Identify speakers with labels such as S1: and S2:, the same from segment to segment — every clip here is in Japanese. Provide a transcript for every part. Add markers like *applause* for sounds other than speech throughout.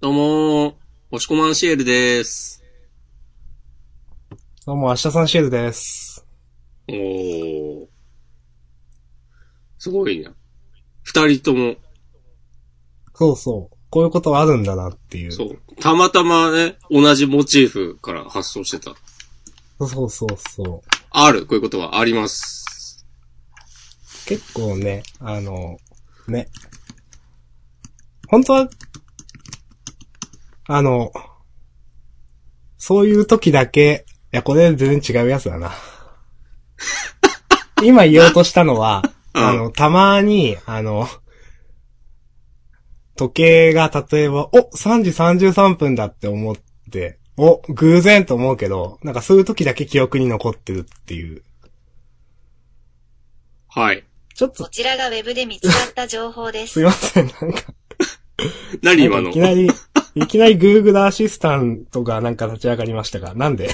S1: どうもー、押しこまんシエルです。
S2: どうも、明日さんシェールです。
S1: おー。すごいな。二人とも、
S2: そうそう。こういうことはあるんだなっていう。
S1: そ、
S2: そう
S1: たまたまね、同じモチーフから発想してた。
S2: うそうそうそう。
S1: ある、こういうことはあります。
S2: 結構ね、あの、ね。本当は、あの、そういう時だけ、いや、これ全然違うやつ
S1: *laughs*
S2: だな。今言おうとしたのは、
S1: *laughs* うん
S2: あの、たまに、あの、時計が例えば、お !3 時33分だって思って、お偶然と思うけど、なんかそういう時だけ記憶に残ってるっていう。
S1: はい。
S2: ちょっと
S3: こちらがウェブで見つかった情報ですす
S2: い。ません、なんか。
S1: 何今
S2: い
S1: の
S2: きなり、 *laughs* いきなり Google アシスタントがなんか立ち上がりましたが、なんで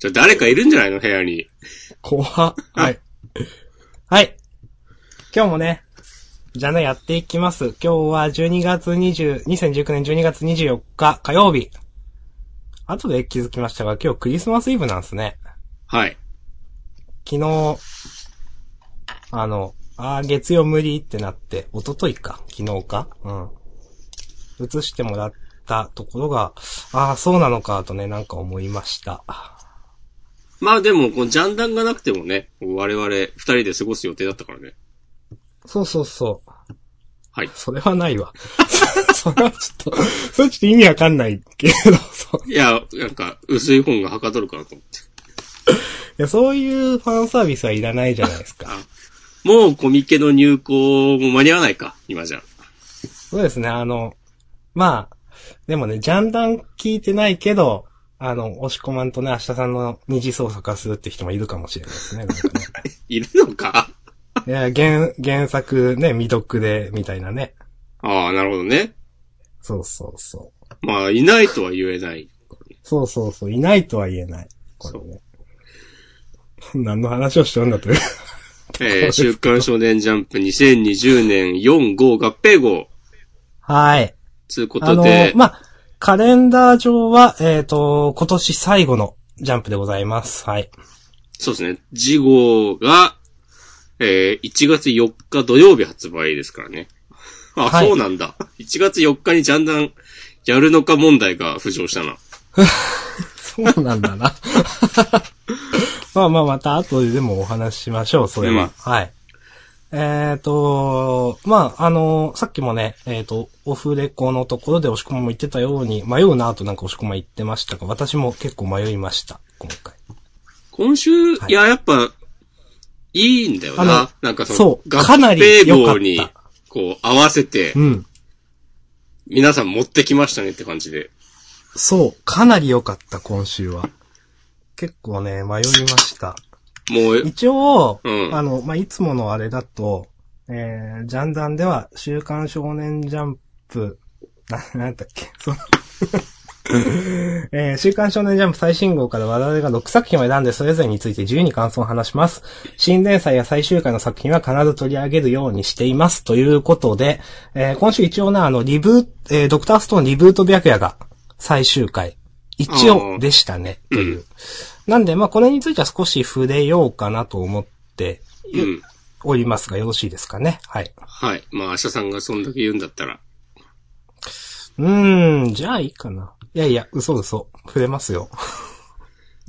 S1: じゃあ誰かいるんじゃないの部屋に。
S2: *laughs* 怖っはい。はい。今日もね、じゃあね、やっていきます。今日は12月20、2019年12月24日火曜日。後で気づきましたが、今日クリスマスイブなんですね。
S1: はい。
S2: 昨日、あの、あー月曜無理ってなって、一昨日か、昨日か、うん。映してもらったところが、ああ、そうなのか、とね、なんか思いました。
S1: まあでも、このジャンダンがなくてもね、我々二人で過ごす予定だったからね。
S2: そうそうそう。
S1: はい。
S2: それはないわ。 *laughs* それはちょっと、それはちょっと意味わかんないけど、そう。
S1: いや、なんか、薄い本がはかどるかなと思って。
S2: いや、そういうファンサービスはいらないじゃないですか。
S1: もうコミケの入稿も間に合わないか、今じゃ。
S2: そうですね、あの、まあ、でもね、ジャンダン聞いてないけど、あの、押し込まんとね、明日さんの二次創作化するって人もいるかもしれないですね。なんかね
S1: いるのか
S2: *laughs* いや原、原作ね、未読で、みたいなね。
S1: ああ、なるほどね。
S2: そうそうそう。
S1: まあ、いないとは言えない。
S2: そうそうそう、いないとは言えない。これね。何の話をしてるんだという。
S1: えー、週刊少年ジャンプ2020年4号合併号。
S2: はい。
S1: つうこ
S2: あ
S1: と
S2: の
S1: で、、
S2: まあ、カレンダー上は、えっ、と、今年最後のジャンプでございます。はい。
S1: そうですね。次号が、えー、1月4日土曜日発売ですからね。あ、
S2: はい
S1: そうなんだ。1月4日にジャンダンやるのか問題が浮上したな。
S2: そうなんだ *laughs* な。まあまあまた後ででもお話ししましょう、それは。
S1: うん
S2: はい。えっ、と、まあ、あのさっきもね、えっ、と、オフレコのところで押し込まも言ってたように、迷うなとなんか押し込ま言ってましたが、私も結構迷いました、今回。
S1: 今週、
S2: はい
S1: い、や、やっぱ、いいんだよ
S2: あ
S1: な
S2: の。
S1: なんかその、
S2: そう
S1: 合
S2: かなり
S1: 併
S2: 良かった
S1: 号に、こう、合わせて
S2: う、ん。
S1: 皆さん持ってきましたねって感じで。
S2: そう、かなり良かった、今週は。結構ね、迷いました。
S1: もう、
S2: 一応、
S1: うん
S2: あの、まあ、いつものあれだと、えー、ジャンダンでは、週刊少年ジャンプ、な、 *laughs* なんだっけ、そのえー、週刊少年ジャンプ最新号から我々が6作品を選んで、それぞれについて自由に感想を話します。新連載や最終回の作品は必ず取り上げるようにしています。ということで、えー今週一応な、あの、リブー、えードクターストーンリブート白夜が最終回。一応でしたね、という。なんで、まあ、これについては少し触れようかなと思って
S1: うん。
S2: おりますが、よろしいですかね。はい。
S1: はい。まあ、明日さんがそんだけ言うんだったら。
S2: うーん、じゃあいいかな。いやいや、嘘嘘。触れますよ。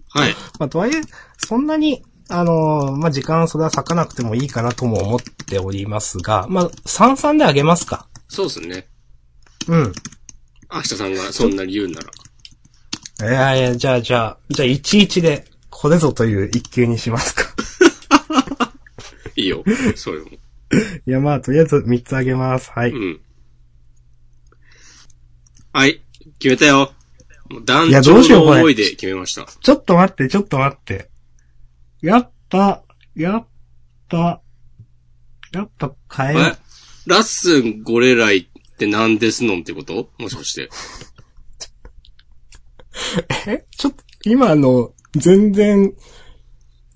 S1: はい。
S2: まあ、とはいえ、そんなに、あのーまあ、時間それは割かなくてもいいかなとも思っておりますが、まあ、三々であげますか。
S1: そうですね。
S2: うん。
S1: 明日さんがそんなに言うな
S2: *laughs*
S1: ら。
S2: いやいや、じゃあじゃあ、じゃあ11で、これぞという一級にしますか。
S1: いいよ。そうよ。。
S2: *laughs* いや、まあ、とりあえず3つあげます。はいう
S1: ん。はい。決めたよ。もう団
S2: いや
S1: 長
S2: どうしよう
S1: の
S2: これ
S1: 思いで決めました。
S2: ちょっと待って、ちょっと待って。やっぱ、やっぱ、やっぱ変えよ
S1: えラッスンゴレライって何ですのんってこともしかして。
S2: う。えちょっと、今の、全然、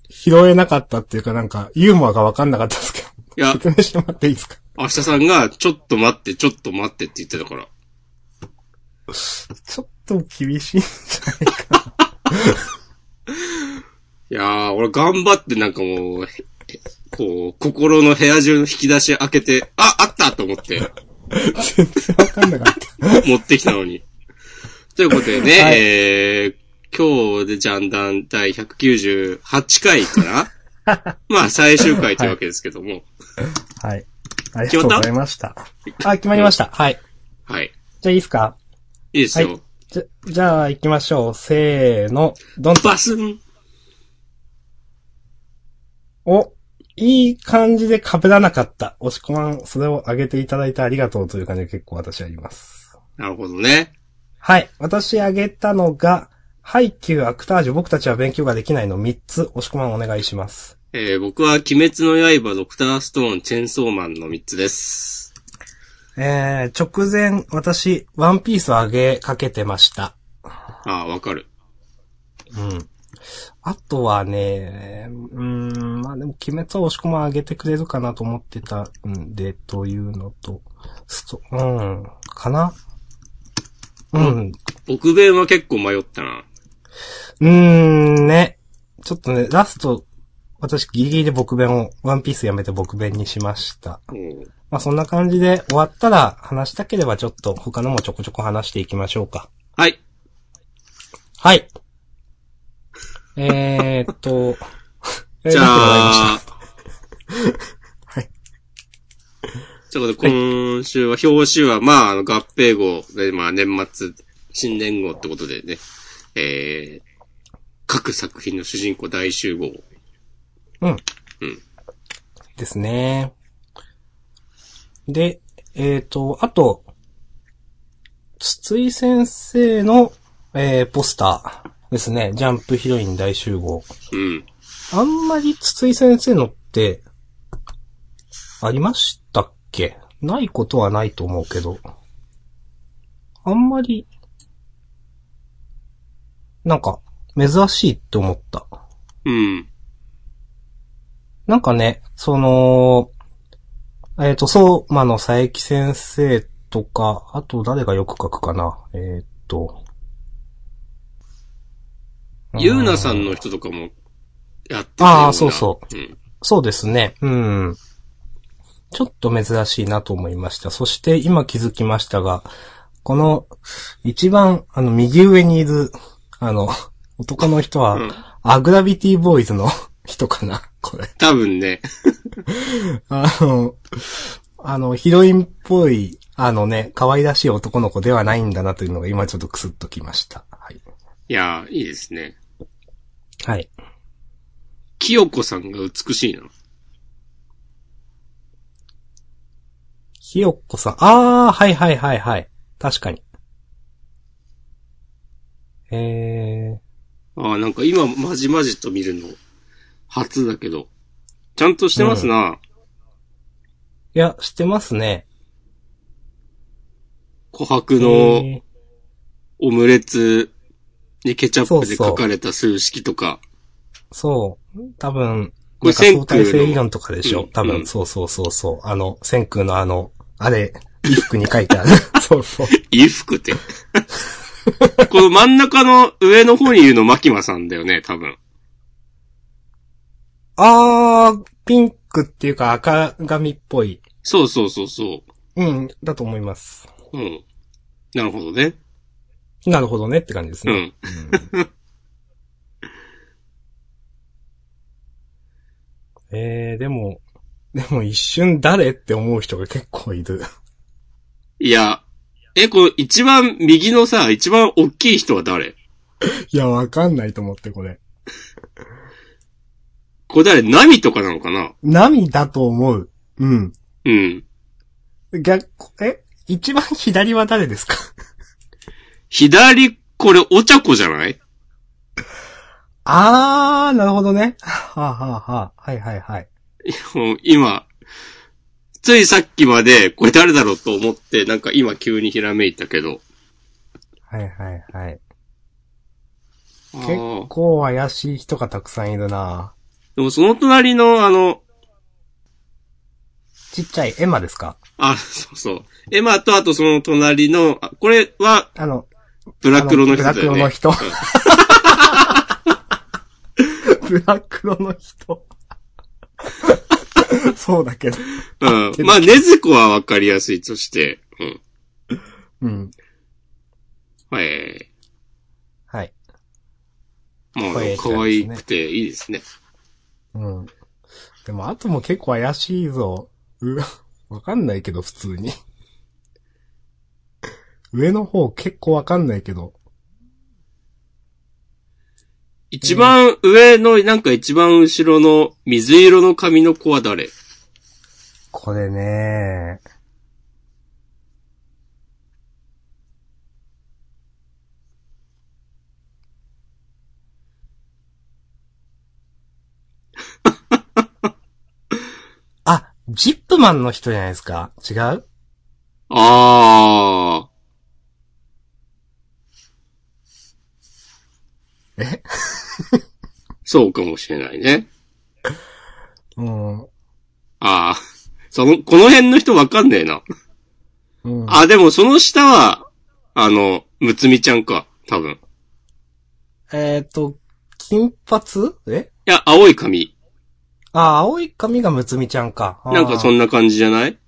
S2: 拾えなかったっていうかなんか、ユーモアがわかんなかったですけ
S1: いや
S2: ど。、説明してもらっていいですか
S1: 明日さんがちょっと待って、ちょっと待ってって言ってたから。
S2: ちょっと厳しいんじゃない
S1: いやー、俺頑張ってなんかもう、へこう、心の部屋中の引き出し開けて、あ、あったと思って、
S2: *laughs* 全然わかんなかっ
S1: *laughs*
S2: た。
S1: 持ってきたのに。ということでね、
S2: はい
S1: えー、今日でジャンダン第198回か
S2: *laughs*
S1: なまあ最終回というわけですけども。
S2: はい。ありがとうございました。あ、決まりました。はい。
S1: はい。い
S2: じゃあいいですか
S1: いですよ。
S2: はいじゃ、じゃあ行きましょう。せーの、どんと。
S1: バスン
S2: お、いい感じで被らなかった。押し込まん、それを上げていただいてありがとうという感じで結構私あります。
S1: なるほどね。
S2: はい。私上げたのが、ハイキュー、アクタージュ、僕たちは勉強ができないの3つ、押し込まんお願いします。
S1: えー、僕は鬼滅の刃、ドクターストーン、チェンソーマンの3つです。
S2: えー、直前、私、ワンピースを上げかけてました。
S1: ああ、わかる。
S2: うん。あとはね、うーん、まあでも、鬼滅は押し込まん上げてくれるかなと思ってたんで、というのと、スト、うん、かなうん、
S1: 僕弁は結構迷ったな。
S2: うーん、ね。ちょっとね、ラスト、私ギリギリで僕弁を、ワンピースやめて僕弁にしました。
S1: おー
S2: まあそんな感じで終わったら話したければちょっと他のもちょこちょこ話していきましょうか。
S1: はい。
S2: はい。えーっと、
S1: じゃ
S2: あ、
S1: あ、ということで、今週は、表紙は、まあ、あの、合併号で、まあ、年末、新年号ってことでね、えー、各作品の主人公大集合。
S2: うん。ですね。で、えっ、と、あと、筒井先生の、えー、ポスターですね。ジャンプヒロイン大集合。
S1: うん。
S2: あんまり筒井先生のって、ありましたっけないことはないと思うけど。あんまり、なんか、珍しいって思った。
S1: うん。
S2: なんかね、その、えっ、と、相馬の佐伯先生とか、あと誰がよく書くかな。えっ、と。
S1: ゆうなさんの人とかも、やってたような。
S2: ああそうそう
S1: うん。
S2: そうですね。うん。ちょっと珍しいなと思いました。そして今気づきましたが、この一番あの右上にいる、あの、男の人は、
S1: うん
S2: アグラビティボーイズの人かなこれ。
S1: 多分ね、
S2: あの、あの、ヒロインっぽい、あのね、可愛らしい男の子ではないんだなというのが今ちょっとクスッときました。はい。
S1: いやー、いいですね。
S2: はい。
S1: 清子さんが美しいな。
S2: ひよっこさん。あー、はいはいはいはい。確かに。えー、
S1: ああ、なんか今、まじまじと見るの、初だけど、ちゃんとしてますな。
S2: いや、してますね。
S1: 琥珀の、
S2: えー
S1: オムレツにケチャップで
S2: そうそう
S1: 書かれた数式とか。
S2: そう。多分、
S1: これ
S2: なんか相
S1: 千空
S2: 対性
S1: の
S2: 理論とかでしょ。
S1: うん
S2: 多分、
S1: うん
S2: そうそうそうそう。あの、千空のあの、あれ、衣服に書い
S1: *laughs*
S2: てある。そうそう。
S1: 衣服って。 *laughs* この真ん中の上の方にいるのマキマさんだよね、多分。
S2: あー、ピンクっていうか赤髪っぽい。
S1: そうそうそうそ
S2: うん、だと思います。
S1: う。うん。なるほどね。
S2: なるほどねって感じです
S1: う
S2: ね。
S1: ん。
S2: うん *laughs* えー、でも、でも一瞬誰って思う人が結構いる。 *laughs*
S1: いや、え、この一番右のさ、一番大きい人は誰
S2: いや、わかんないと思って、これ。
S1: これ誰ナミとかなのかな
S2: 波だと思う。うん。
S1: うん。
S2: 逆、え一番左は誰ですか *laughs*
S1: 左、これお茶子じゃない
S2: あー、なるほどね。はあ、はあはあ、はいはいはい。
S1: もう今、ついさっきまで、これ誰だろうと思って、なんか今急にひらめいたけど。
S2: はいはいはい。
S1: あ
S2: 結
S1: ー
S2: 構怪しい人がたくさんいるな
S1: でもその隣の、あの、
S2: ちっちゃいエマですか
S1: あ、そうそう。エマと、あとその隣の、あこれは、
S2: あの、
S1: ブラックロの人だ
S2: あ
S1: よね。
S2: ブラックロの人
S1: うん。 *laughs*
S2: ブラックロの人。そうだけど。
S1: うん。まあ、ネズコはわかりやすいとして、うん。
S2: うん。
S1: はい。
S2: はい。
S1: も
S2: こうい
S1: う、
S2: う
S1: 可
S2: やつですね
S1: 愛くていいですね。
S2: うん。でも、あとも結構怪しいぞ。うわ、わかんないけど、普通に。上の方結構わかんないけど。
S1: 一番上の、なんか一番後ろの水色の髪の子は誰
S2: これね *laughs* あ、ジップマンの人じゃないですか違う
S1: ああ。
S2: え *laughs*
S1: そうかもしれないね。
S2: うん。
S1: ああ。その、この辺の人わかんねえな。
S2: うん。
S1: あ、でもその下は、あの、むつみちゃんか、多分。
S2: えっ、と、金髪え
S1: いや、青い髪。
S2: あ、青い髪がむつみちゃんか。あー
S1: なんかそんな感じじゃない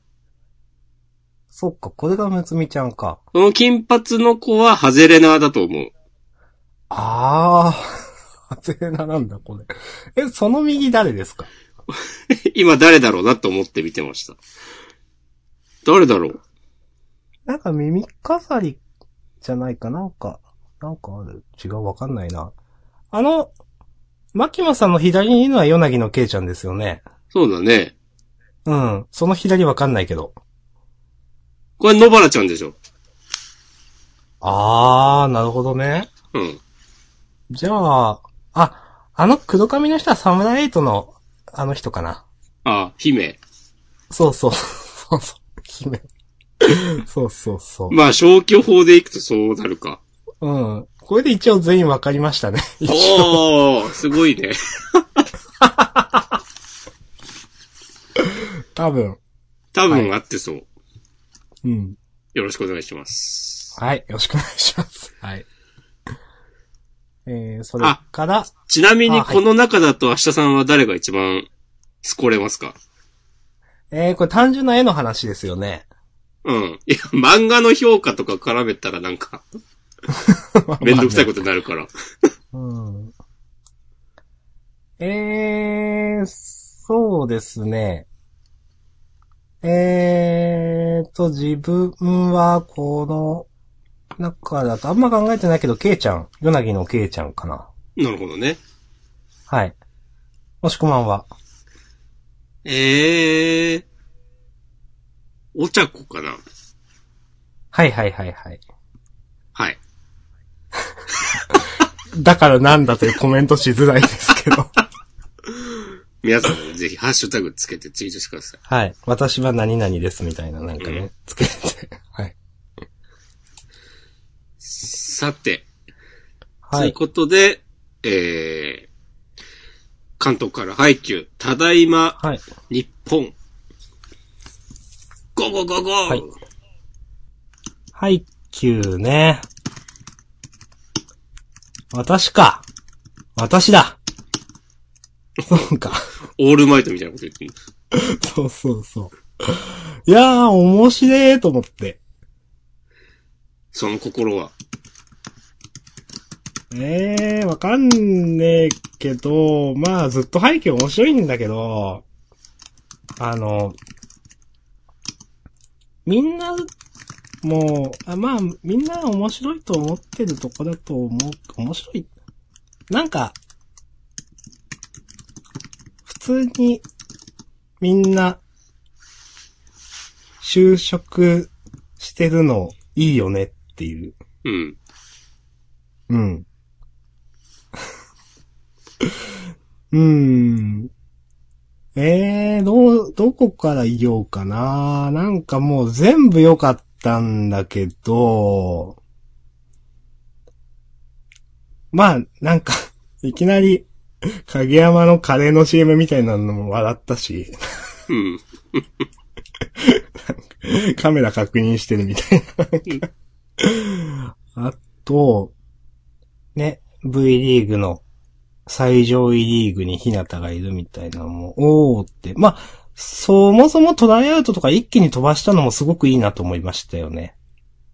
S2: そっか、これがむつみちゃんか。
S1: その金髪の子はハゼレナーだと思う。 *laughs*
S2: あ *laughs* あ、初音ななんだ、これ。え、その右誰ですか
S1: 今誰だろうなと思って見てました。誰だろう
S2: なんか耳飾りじゃないかなんか、なんかある違う、わかんないな。あの、牧間さんの左にいるのは柳のけいちゃんですよね。
S1: そうだね。
S2: うん。その左わかんないけど。
S1: これ野原ちゃんでしょ。
S2: あー、なるほどね。
S1: うん。
S2: じゃあ、あ、あの黒髪の人はサムライエイトの、あの人かな。
S1: あ、姫。
S2: そうそう。そうそう。姫。そうそうそう。
S1: まあ、消去法でいくとそうなるか。
S2: *laughs* うん。これで一応全員わかりましたね。
S1: おー、すごいね。
S2: 多分。
S1: 多分合ってそう。
S2: うん。
S1: よろしくお願いします。
S2: はい。よろしくお願いします。はい。えー、それから、
S1: ちなみに
S2: あはい
S1: この中だと明日さんは誰が一番好かれますか
S2: えー、これ単純な絵の話ですよね。
S1: うん。いや、漫画の評価とか絡めたらなんか、 *laughs* めんどくさいことになるから。
S2: うん。えー、そうですね。えーと、自分は、この、中だと、あんま考えてないけど、ケイちゃん、ヨナギのケイちゃんかな。
S1: なるほどね。
S2: はい。もしこまんは。
S1: えー。お茶子かな
S2: はいはいはいはい。
S1: はい。
S2: だからなんだというコメントしづらいですけど。
S1: 皆さんもぜひハッシュタグつけてツイートしてください。
S2: *laughs* はい。私は何々ですみたいななんか
S1: う
S2: ね
S1: ん、
S2: つけて。はい。
S1: さて、
S2: は
S1: という
S2: い。
S1: ことで、えー、関東から配給、ただいま、
S2: はい。
S1: 日本。ゴーゴーゴーゴー、
S2: はいはい、9ね。私か。私だ。そうか。
S1: オールマイトみたいなこと言ってる。
S2: そうそうそう。いやー、面白いと思って。
S1: その心は。
S2: えー、わかんねえけど、まあ、ずっと背景面白いんだけど、あの、みんな、もう、あまあ、みんな面白いと思ってるとこだと思う、面白い。なんか、普通に、みんな、就職してるのいいよねっていう。
S1: うん。
S2: うん。 *laughs* うーん。えー、どう、どこから言おうかな。なんかもう全部良かったんだけど、まあ、なんか、いきなり、影山のカレーの CM みたいなのも笑ったし、
S1: うん。
S2: *laughs* カメラ確認してるみたいな。あと、ね、V リーグの最上位リーグに日向がいるみたいなのも、おーって。まあ、そもそもトライアウトとか一気に飛ばしたのもすごくいいなと思いましたよね。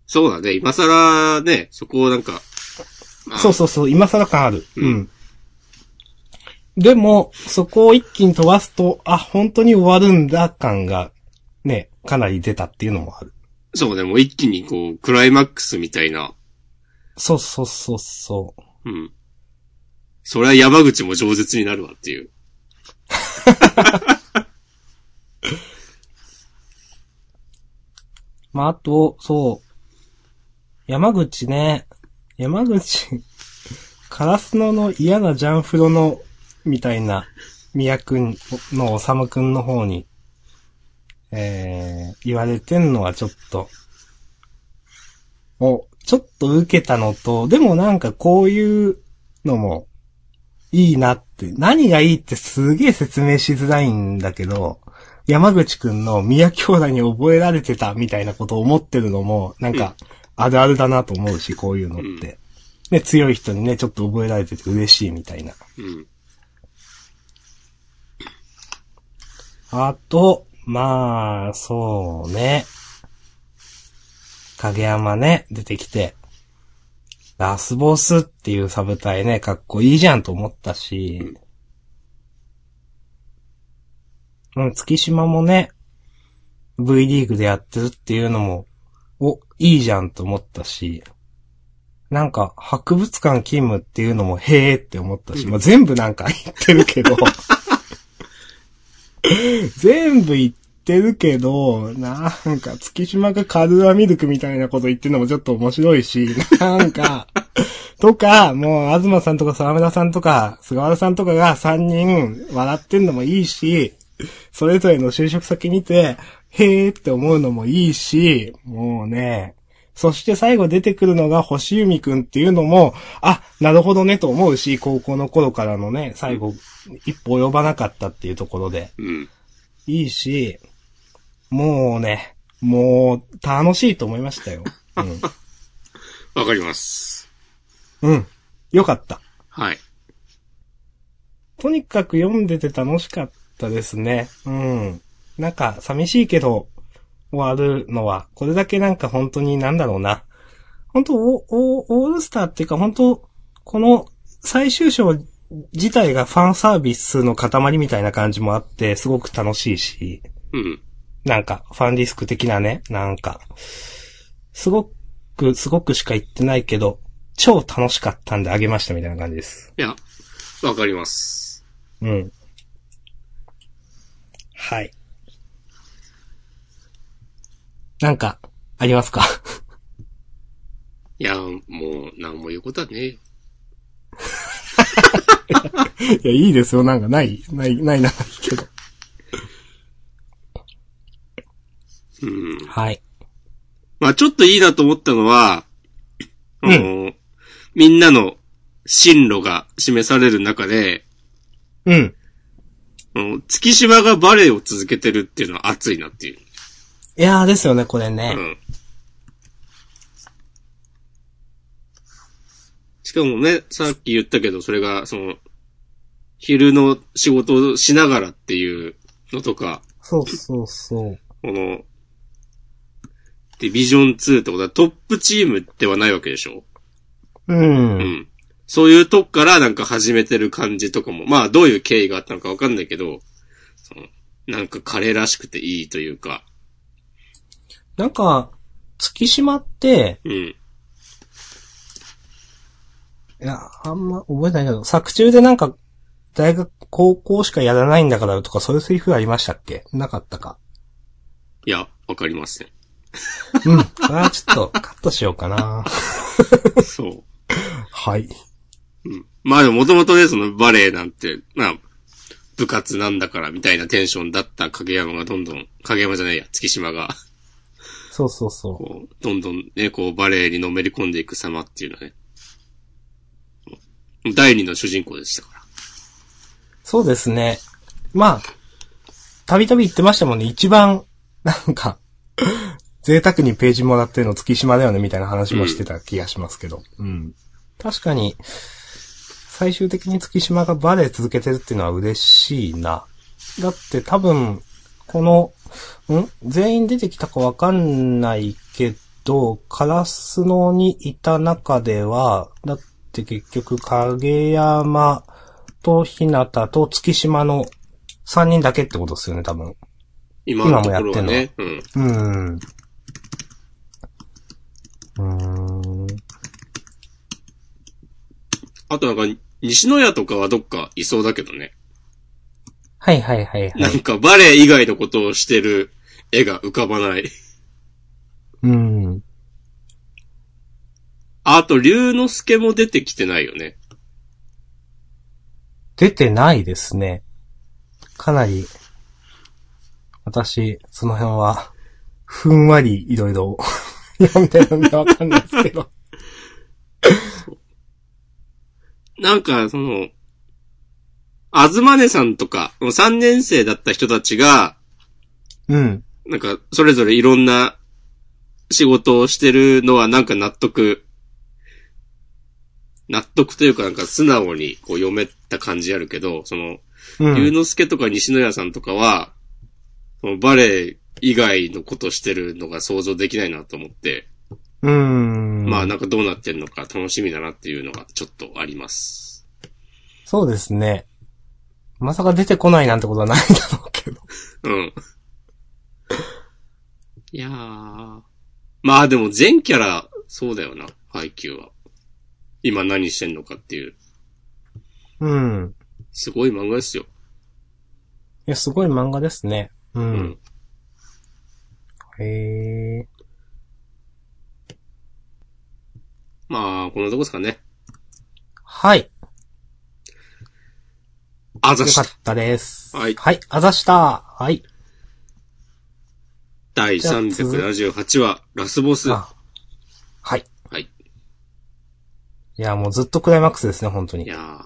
S1: そうだね。今更ね、そこをなんか、まあ
S2: そうそうそう、今更感ある。
S1: うん
S2: うん。でも、そこを一気に飛ばすと、あ、本当に終わるんだ感が、ね、かなり出たっていうのもある。
S1: そうね、もう一気にこう、クライマックスみたいな。
S2: そうそうそうそう。
S1: うん。それは山口も饒舌になるわっていう。
S2: まあ、あと、そう。山口ね。山口、カラスノの嫌なジャンフロの、みたいな、宮くんのおさむくんの方に、えー、言われてんのはちょっと、お、ちょっと受けたのと、でもなんかこういうのも、いいなって、何がいいってすげえ説明しづらいんだけど、山口くんの宮兄弟に覚えられてたみたいなことを思ってるのも、なんか、あるあるだなと思うし、こういうのって。ね、強い人にね、ちょっと覚えられてて嬉しいみたいな。
S1: うん。
S2: あと、まあ、そうね。影山ね、出てきて。ラスボスっていうサブ隊ね、かっこいいじゃんと思ったし。うん、月島もね、V リーグでやってるっていうのも、お、いいじゃんと思ったし。なんか、博物館勤務っていうのも、へーって思ったし、まあ、全部なんか言ってるけど。 *laughs* 全部言ってるけど、なんか、月島がカルアミルクみたいなこと言ってるのもちょっと面白いし、なんか、とか、もう、東さんとか沢村さんとか、菅原さんとかが3人笑ってんのもいいし、それぞれの就職先見て、へーって思うのもいいし、もうね、そして最後出てくるのが星海くんっていうのも、あ、なるほどねと思うし、高校の頃からのね、最後、一歩及ばなかったっていうところで。
S1: うん。
S2: いいし、もうね、もう楽しいと思いましたよ。
S1: わかります。
S2: うん。うん。よかった。
S1: はい。
S2: とにかく読んでて楽しかったですね。うん。なんか寂しいけど終わるのは、これだけなんか本当になんだろうな。本当おおオールスターっていうか本当この最終章自体がファンサービスの塊みたいな感じもあって、すごく楽しいし。
S1: うん。
S2: なんか、ファンディスク的なね、なんか、すごく、すごくしか言ってないけど、超楽しかったんであげましたみたいな感じです。
S1: いや、わかります。
S2: うん。はい。なんか、ありますか *laughs*
S1: いや、もう、何も言うことはねえよ。
S2: いや、いいですよ。なんか、ない、ない、ないな、けど。
S1: うん。
S2: はい。
S1: まあちょっといいなと思ったのは、あのみんなの進路が示される中で、
S2: うん。
S1: あの月島がバレエを続けてるっていうのは熱いなっていう。
S2: いやーですよね、これ
S1: う
S2: ね。
S1: ん。しかもね、さっき言ったけど、それが、その、昼の仕事をしながらっていうのとか、
S2: そうそうそう。
S1: この、ディビジョン2ってことはトップチームではないわけでしょ
S2: うん。
S1: うん。そういうとこからなんか始めてる感じとかも、まあどういう経緯があったのかわかんないけど、そのなんか彼らしくていいというか、
S2: なんか、月島って、
S1: うん。
S2: いや、あんま覚えてないけど、作中でなんか、大学、高校しかやらないんだからとか、そういうセリフありましたっけなかったか。
S1: いや、わかりま
S2: *laughs*
S1: せん。
S2: うん。これはちょっと、カットしようかな。
S1: そう。
S2: はい。
S1: うん。まあでももともとね、そのバレエなんて、まあ、部活なんだからみたいなテンションだった影山がどんどん、影山じゃないや、月島が、
S2: そうそうそ
S1: こう、どんどんね、こうバレエにのめり込んでいく様っていうのはね、第二の主人公でしたから。
S2: う。そうですね。まあ、たびたび言ってましたもんね。一番、なんか、贅沢にページもらってるの月島だよねみたいな話もしてた気がしますけど。うん。確かに、最終的に月島がバレー続けてるっていうのは嬉しいな。だって多分、この、ん全員出てきたかわかんないけど、カラスノにいた中では、だって結局影山と日向と月島の3人だけってことですよね、多分。
S1: 今のところはね。うん。
S2: うーん。うーん。
S1: あとなんか、西野屋とかはどっかいそうだけどね。
S2: はいはいはいは。
S1: ないんかバレエ以外のことをしてる絵が浮かばない。
S2: うん。
S1: あと、龍之介も出てきてないよね。
S2: 出てないですね。かなり、私、その辺は、ふんわりいろいろ *laughs* 読んでるんでわかんないですけど。
S1: なんか、その、あずまねさんとか、3年生だった人たちが、
S2: うん。
S1: なんか、それぞれいろんな仕事をしてるのはなんか納得、納得というかなんか素直にこう読めた感じあるけど、その、
S2: う
S1: 龍
S2: ん。
S1: 之介とか西野屋さんとかは、そのバレエ以外のことしてるのが想像できないなと思って、
S2: うーん。
S1: まあなんかどうなってんのか楽しみだなっていうのがちょっとあります。
S2: そうですね。まさか出てこないなんてことはないだろうけど。
S1: うん。 *laughs* いやー。まあでも全キャラ、そうだよな、配給は。今何してんのかっていう。
S2: うん。
S1: すごい漫画ですよ。
S2: いや、すごい漫画ですね。う。。
S1: うん
S2: へえ。
S1: まあ、こんなとこですかね。
S2: はい。
S1: あざ
S2: よ
S1: し
S2: か
S1: た
S2: っ。たです。
S1: はい
S2: はい、あざした。はい。
S1: 第378話、ラスボス。は
S2: あはい。
S1: い。
S2: いや、もうずっとクライマックスですね、本当
S1: い
S2: に。
S1: やー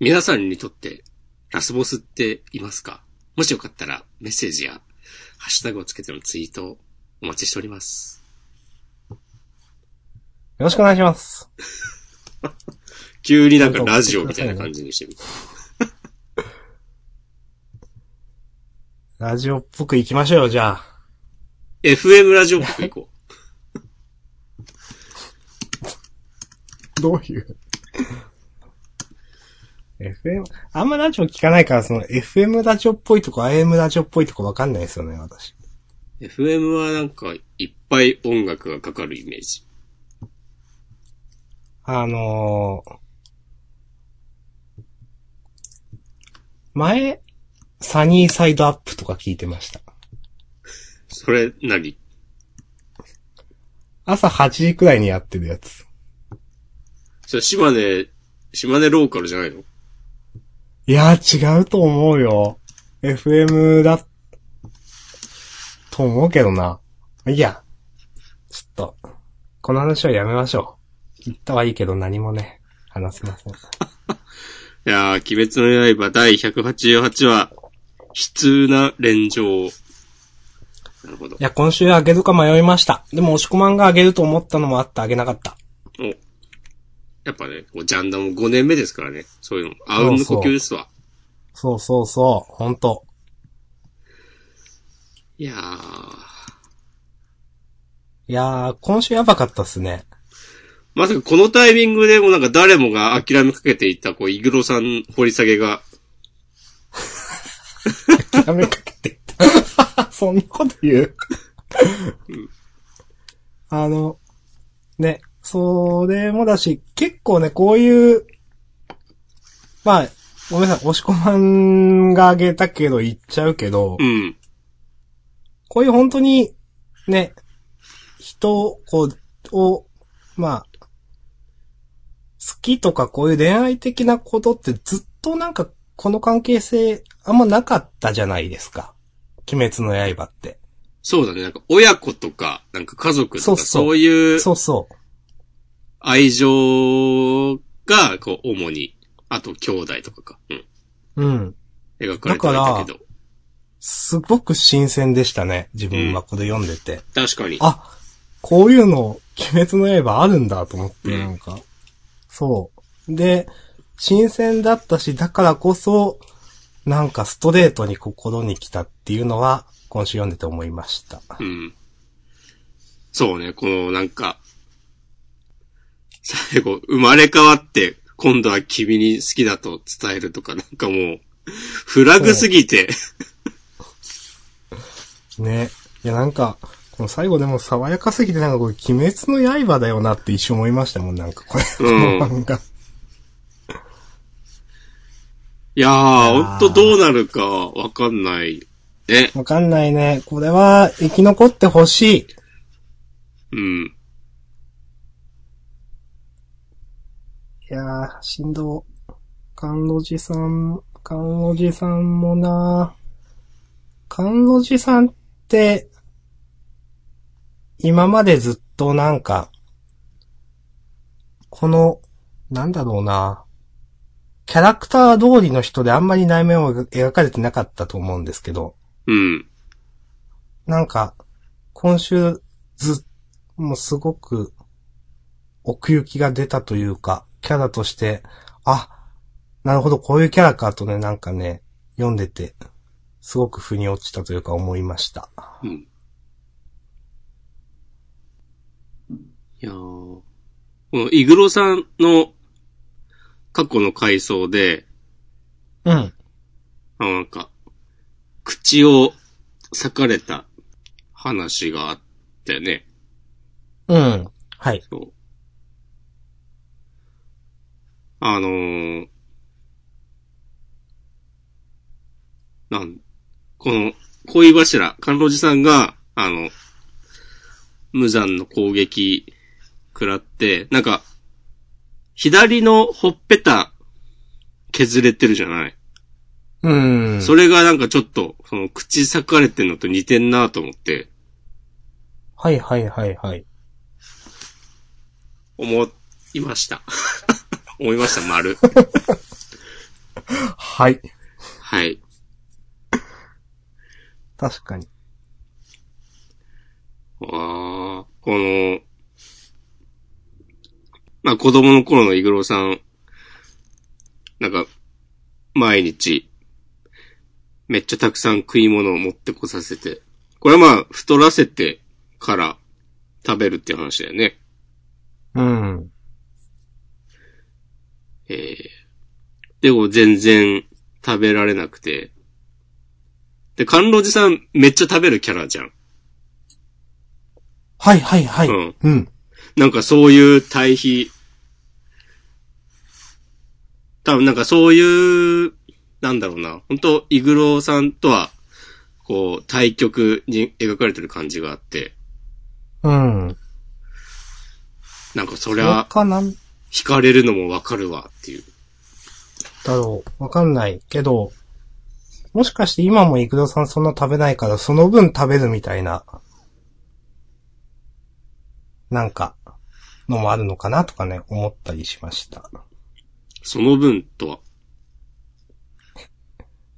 S1: 皆さんにとって、ラスボスっていますかもしよかったら、メッセージや、ハッシュタグをつけてのツイートをお待ちしております。
S2: よろしくお願いします。
S1: 急になんかラジオみたいな感じにして
S2: *laughs*
S1: みた。
S2: ラジオっぽく行きましょうよ、じゃあ。
S1: FM ラジオっぽくいこう。
S2: どういう *laughs* ?FM、あんまラジオ聞かないから、その FM ラジオっぽいとこ、AM ラジオっぽいとこわかんないですよね、私。
S1: FM はなんか、いっぱい音楽がかかるイメージ。
S2: あのー、前、サニーサイドアップとか聞いてました。
S1: それ何、
S2: 朝8時くらいにやってるやつ。
S1: それ島根、島根ローカルじゃないの
S2: いやー、違うと思うよ。FM だ、と思うけどな。いや、ちょっと、この話はやめましょう。言ったはいいけど何もね、話せません。
S1: いやー、鬼滅の刃第188話、悲痛な連城。なるほど
S2: い。や、今週あげるか迷いました。でも、押し込まんがあげると思ったのもあってあげなかった。
S1: おやっぱね、こうジャンダンも5年目ですからね。そういうの。あうんの呼吸ですわ。
S2: そうそうそう、ほんと。
S1: いやー。
S2: いやー、今週やばかったっすね。
S1: まさかこのタイミングでもなんか誰もが諦めかけていた、こう、イグロさん掘り下げが、
S2: やめかけてた。 *laughs* そんなこと言う。 *laughs* あの、ね、それもだし、結構ね、こういう、まあ、ごめんなさい、押し込まんがあげたけど言っちゃうけど、
S1: うん。
S2: こういう本当に、ね、人を、こう、を、まあ、好きとかこういう恋愛的なことってずっとなんかこの関係性あんまなかったじゃないですか。鬼滅の刃って。
S1: そうだね。なんか親子とか、なんか家族と
S2: そう
S1: か、
S2: そう
S1: そういう
S2: そうそ
S1: 愛情が、こう、主に、あと兄弟とかか。うん。
S2: う。うん。
S1: 描かれてはいたけど。
S2: すごく新鮮でしたね。自分はこれ読んでて。
S1: 確かに。
S2: あ、こういうの、鬼滅の刃あるんだと思って、
S1: うん
S2: なんか。そう。で、新鮮だったし、だからこそ、なんかストレートに心に来たっていうのは、今週読んでて思いました。
S1: うん。そうね、このなんか、最後、生まれ変わって、今度は君に好きだと伝えるとか、なんかもう、フラグすぎて、
S2: ね。いや、なんか、この最後でも爽やかすぎてなんかこれ、鬼滅の刃だよなって一瞬思いましたも *laughs* ん、なんかこれ。
S1: うん
S2: この漫画。
S1: いやー、
S2: あー
S1: ほんとどうなるかわかんない。ね。
S2: わかんないね。これは、生き残ってほしい。
S1: うん。
S2: いやー、しんど。関路寺さん、関路寺さんもな関路寺さんって、今までずっとなんか、この、なんだろうなキャラクター通りの人であんまり内面を描かれてなかったと思うんですけど、
S1: うん。
S2: なんか、今週ず、もうすごく、奥行きが出たというか、キャラとして、あ、なるほど、こういうキャラかとね、なんかね、読んでて、すごく腑に落ちたというか思いました。
S1: うん。いやー、このイグロさんの過去の回想で、
S2: うん。
S1: あなんか、口を裂かれた話があってね。
S2: うん。はい。
S1: そう。あのー、なん、この、恋柱、関路寺さんが、あの、無残の攻撃、食らって、なんか、左のほっぺた、削れてるじゃない
S2: うん。
S1: それがなんかちょっと、その、口裂かれてんのと似てんなと思って、
S2: はいはいはいはい。
S1: 思いま
S2: *laughs*
S1: した。思いました、丸。
S2: はい。
S1: はい。
S2: 確かに。
S1: あーこの、まあ子供の頃のイグロさん、なんか、毎日、めっちゃたくさん食い物を持ってこさせて、これはまあ、太らせてから食べるっていう話だよね。
S2: うん。
S1: えー、でも全然食べられなくて。で、甘露寺さんめっちゃ食べるキャラじゃん。
S2: はいはいはい。
S1: うん
S2: うん。
S1: なんかそういう対比。多分なんかそういう、なんだろうな。本当イグロさんとは、こう、対極に描かれてる感じがあって。
S2: うん。
S1: なんかそ
S2: こ
S1: りゃ、
S2: かなん
S1: 惹かれるのもわかるわっていう。
S2: だろう。わかんないけど、もしかして今もイクドさんそんな食べないから、その分食べるみたいな、なんか、のもあるのかなとかね、思ったりしました。
S1: その分とは。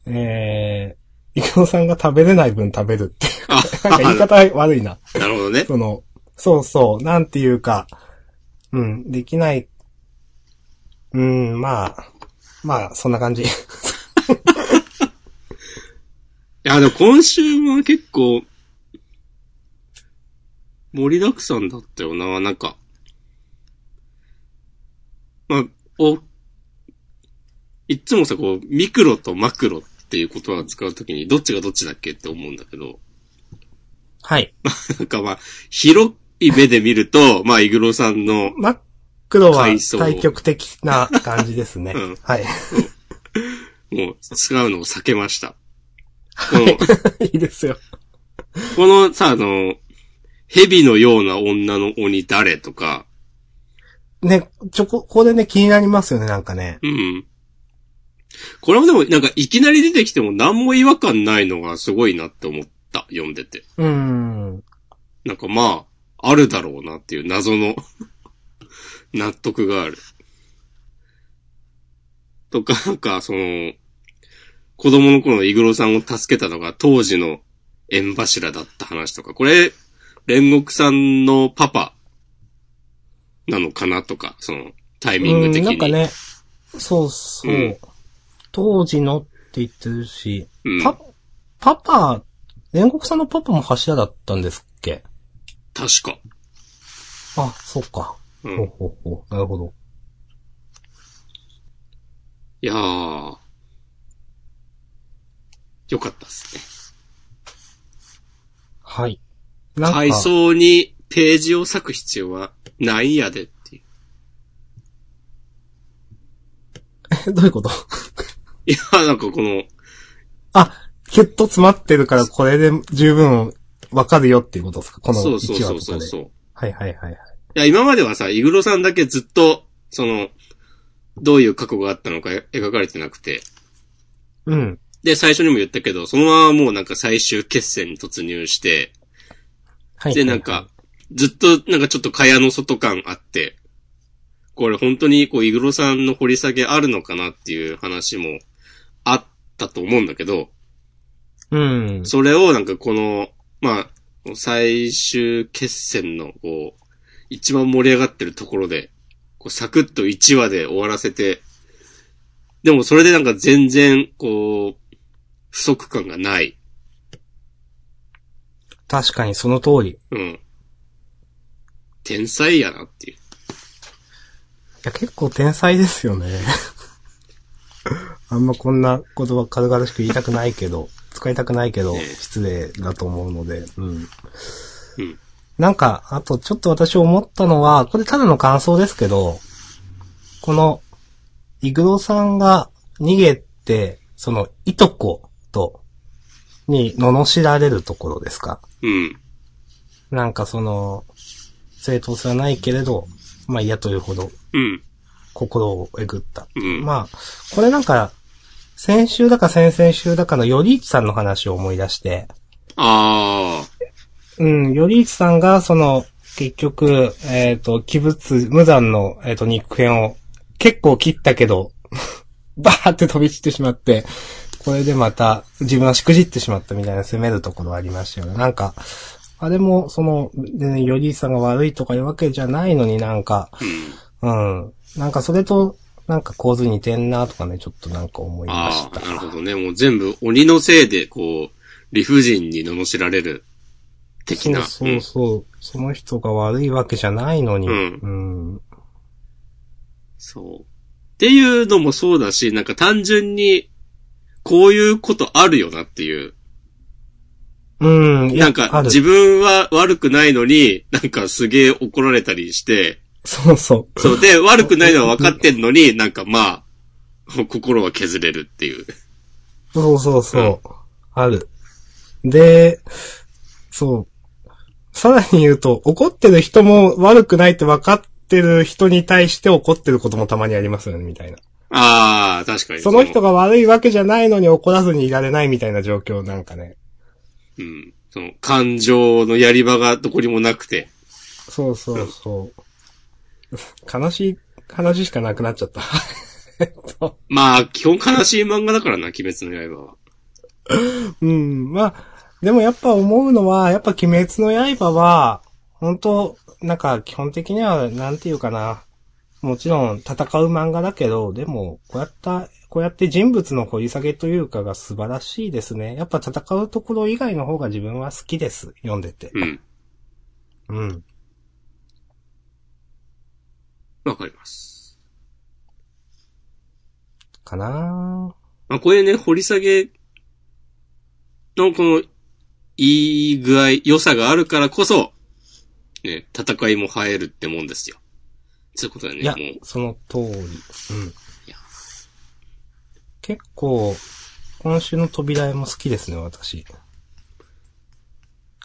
S2: えー、イクドさんが食べれない分食べるっていう。
S1: あ、 *laughs*
S2: なんか言い方悪いな。
S1: なるほどね。
S2: その、そうそう、なんていうか、うん、できない。うん、まあ、まあ、そんな感じ。 *laughs*
S1: いや、でも今週は結構、盛りだくさんだったよな、なんか。まあ、お、いっつもさ、こう、ミクロとマクロっていう言葉を使うときに、どっちがどっちだっけって思うんだけど、 *laughs*
S2: はい。
S1: なんかまあ、広い目で見ると、まあ、イグロさんの、
S2: 真っ黒は
S1: 階層。
S2: 対極的な感じですね
S1: うん
S2: はい。 *laughs*
S1: もう、使うのを避けました。この、
S2: いいですよ。
S1: このさ、あの、蛇のような女の鬼誰とか、
S2: ね、ちょ、ここれね、気になりますよね、なんかね。
S1: うん。これもでも、なんかいきなり出てきても何も違和感ないのがすごいなって思った、読んでて。
S2: うーん。
S1: なんかまあ、あるだろうなっていう謎の *laughs* 納得がある。とか、なんかその、子供の頃のイグロさんを助けたのが当時の縁柱だった話とか、これ、煉獄さんのパパなのかなとか、そのタイミング的に。
S2: なんかね、そうそう。
S1: うん
S2: 当時のって言ってるし、
S1: うん
S2: パ、パパ、煉獄さんのパパも柱だったんですっけ
S1: 確か。
S2: あ、そっか。
S1: う。
S2: ほうんほうほう。なるほど。
S1: いやー。よかったっすね。
S2: はい。なんか、
S1: 階層にページを割く必要はないんやでっていう。
S2: *laughs*
S1: *laughs*
S2: どういうこと
S1: いや、なんかこの、
S2: あ、キュッと詰まってるからこれで十分わかるよっていうことですかこの1
S1: そう
S2: 話と
S1: そう
S2: かで。
S1: そうそうそう。
S2: はいはいはいはい。
S1: いや、今まではさ、イグロさんだけずっと、その、どういう過去があったのか描かれてなくて。
S2: うん。
S1: で、最初にも言ったけど、そのままもうなんか最終決戦に突入して、
S2: はい。
S1: で、なんか、ずっとなんかちょっと蚊帳の外感あって、これ本当にこう、イグロさんの掘り下げあるのかなっていう話もあったと思うんだけど、
S2: うん。
S1: それをなんかこの、まあ、最終決戦の、こう、一番盛り上がってるところで、こう、サクッと1話で終わらせて、でもそれでなんか全然、こう、不足感がない。
S2: 確かにその通り。い
S1: うん。天才やなっていう。
S2: や、結構天才ですよね。 *laughs* あんまこんな言葉軽々しく言いたくないけど、使いたくないけど、
S1: ね
S2: 失礼だと思うので、うん。
S1: うん。
S2: なんか、あとちょっと私思ったのは、これただの感想ですけど、この、イグロさんが逃げて、その、いとこと、に、罵られるところですか
S1: うん。
S2: なんかその、正当性はないけれど、まあ嫌というほど
S1: うん。
S2: 心をえぐった。
S1: うん。
S2: まあ、これなんか、先週だか先々週だかのよりいちさんの話を思い出して、
S1: あ
S2: うん、よりいちさんがその、結局、えっ、と、器物、無残の、えっ、と、肉片を結構切ったけど、 *laughs* バーって飛び散ってしまって、これでまた自分はしくじってしまったみたいな責めるところありましたよね。なんか、あれも、その、全然よりいちさんが悪いとかいうわけじゃないのになんか、
S1: ー。うん。
S2: うん。なんかそれと、なんか構図似てんなとかね、ちょっとなんか思いま
S1: あ
S2: し
S1: あ、
S2: た。
S1: なるほどね。もう全部鬼のせいで、こう、理不尽に罵られる、的な。
S2: そうそうそう、その人が悪いわけじゃないのに。
S1: うん
S2: うん。
S1: そう。っていうのもそうだし、なんか単純に、こういうことあるよなっていう。
S2: うん。いや
S1: なんか
S2: あ、る
S1: 自分は悪くないのに、なんかすげえ怒られたりして、
S2: そうそ
S1: そう
S2: *laughs*
S1: で、悪くないのは分かってんのに、なんかまあ、心は削れるっていう。
S2: う。そうそうそう。ある。で、そう。さらに言うと、怒ってる人も悪くないって分かってる人に対して怒ってることもたまにありますよね、みたいな。
S1: ああ、確かに。
S2: その人が悪いわけじゃないのに怒らずにいられないみたいな状況なんかね。
S1: うん。その、感情のやり場がどこにもなくて。
S2: そうそうそう。悲しい話しかなくなっちゃった。えっと、
S1: まあ、基本悲しい漫画だからな、鬼滅の刃は。
S2: うん、まあ、でもやっぱ思うのは、やっぱ鬼滅の刃は、本当なんか基本的には、なんていうかな。もちろん戦う漫画だけど、でも、こうやった、こうやって人物の掘り下げというかが素晴らしいですね。やっぱ戦うところ以外の方が自分は好きです。読んでて。
S1: うん。
S2: うん。
S1: わかります。
S2: かな
S1: まあ、これね、掘り下げのこの、いい具合、良さがあるからこそ、ね、戦いも映えるってもんですよ。そういうことだね。
S2: いや
S1: もう、
S2: その通り。うん
S1: や。
S2: 結構、今週の扉絵も好きですね、私。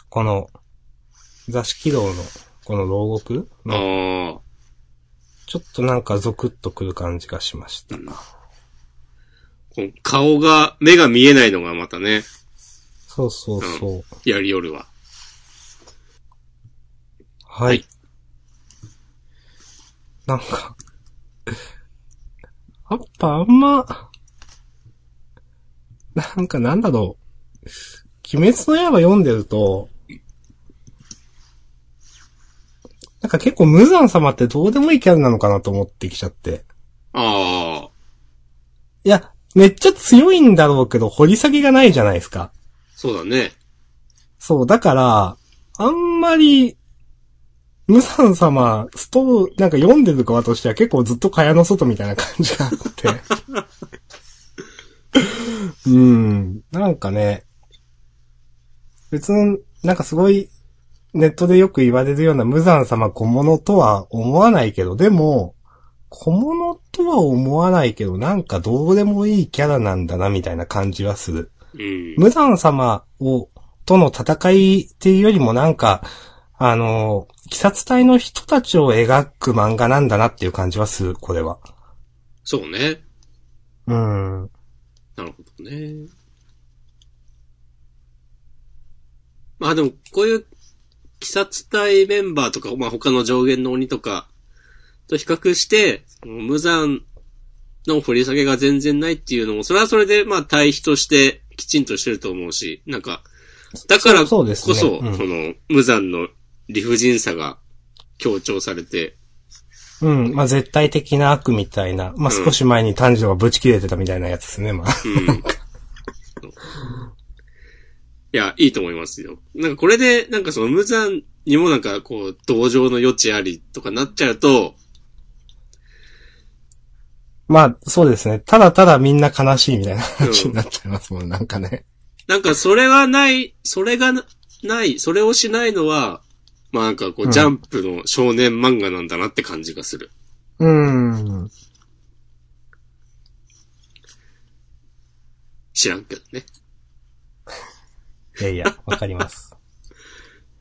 S2: この、座敷牢の、この牢獄の、
S1: あ
S2: ちょっとなんかゾクッとくる感じがしました。
S1: あ、この顔が、目が見えないのがまたね、
S2: そうそうそう。
S1: やりよるは。
S2: はいい。なん *laughs* か、やっぱあんま、なんかなんだろう。鬼滅の刃読んでると、なんか結構無惨様ってどうでもいいキャラなのかなと思ってきちゃって。
S1: ああ、
S2: いや、めっちゃ強いんだろうけど、掘り下げがないじゃないですか。
S1: そうだね。
S2: そう、だから、あんまり、ムサン様、ストー、なんか読んでる側としては結構ずっと蚊帳の外みたいな感じがあって。 *laughs* うん。なんかね、別の、なんかすごい、ネットでよく言われるような無惨様小物とは思わないけど、でも、小物とは思わないけど、なんかどうでもいいキャラなんだな、みたいな感じはする。
S1: うん。
S2: 無惨様を、との戦いっていうよりもなんか、あの、鬼殺隊の人たちを描く漫画なんだなっていう感じはする、これは。
S1: そうね。
S2: うん。
S1: なるほどね。まあでも、こういう、鬼殺隊メンバーとか、まあ他の上限の鬼とか、と比較して、無残の掘り下げが全然ないっていうのも、それはそれで、まあ対比として、きちんとしてると思うし、なんか、だからこ
S2: そ
S1: そ、
S2: うですねうん
S1: その、無残の理不尽さが強調されて、
S2: うん。まあ、絶対的な悪みたいな。まあ、
S1: うん
S2: 少し前に炭治郎がぶち切れてたみたいなやつですね、まあ。
S1: うん *laughs* いや、いいと思いますよ。なんかこれで、なんかその無残にもなんかこう、同情の余地ありとかなっちゃうと、
S2: *laughs* まあ、そうですね。ただただみんな悲しいみたいな話になっちゃいますもん、なんかね。
S1: なんかそれがない、それがなない、それをしないのは、まあなんかこ
S2: う
S1: う、
S2: ん
S1: ジャンプの少年漫画なんだなって感じがする。
S2: うん。
S1: 知らんけどね。
S2: いやいや、わかります。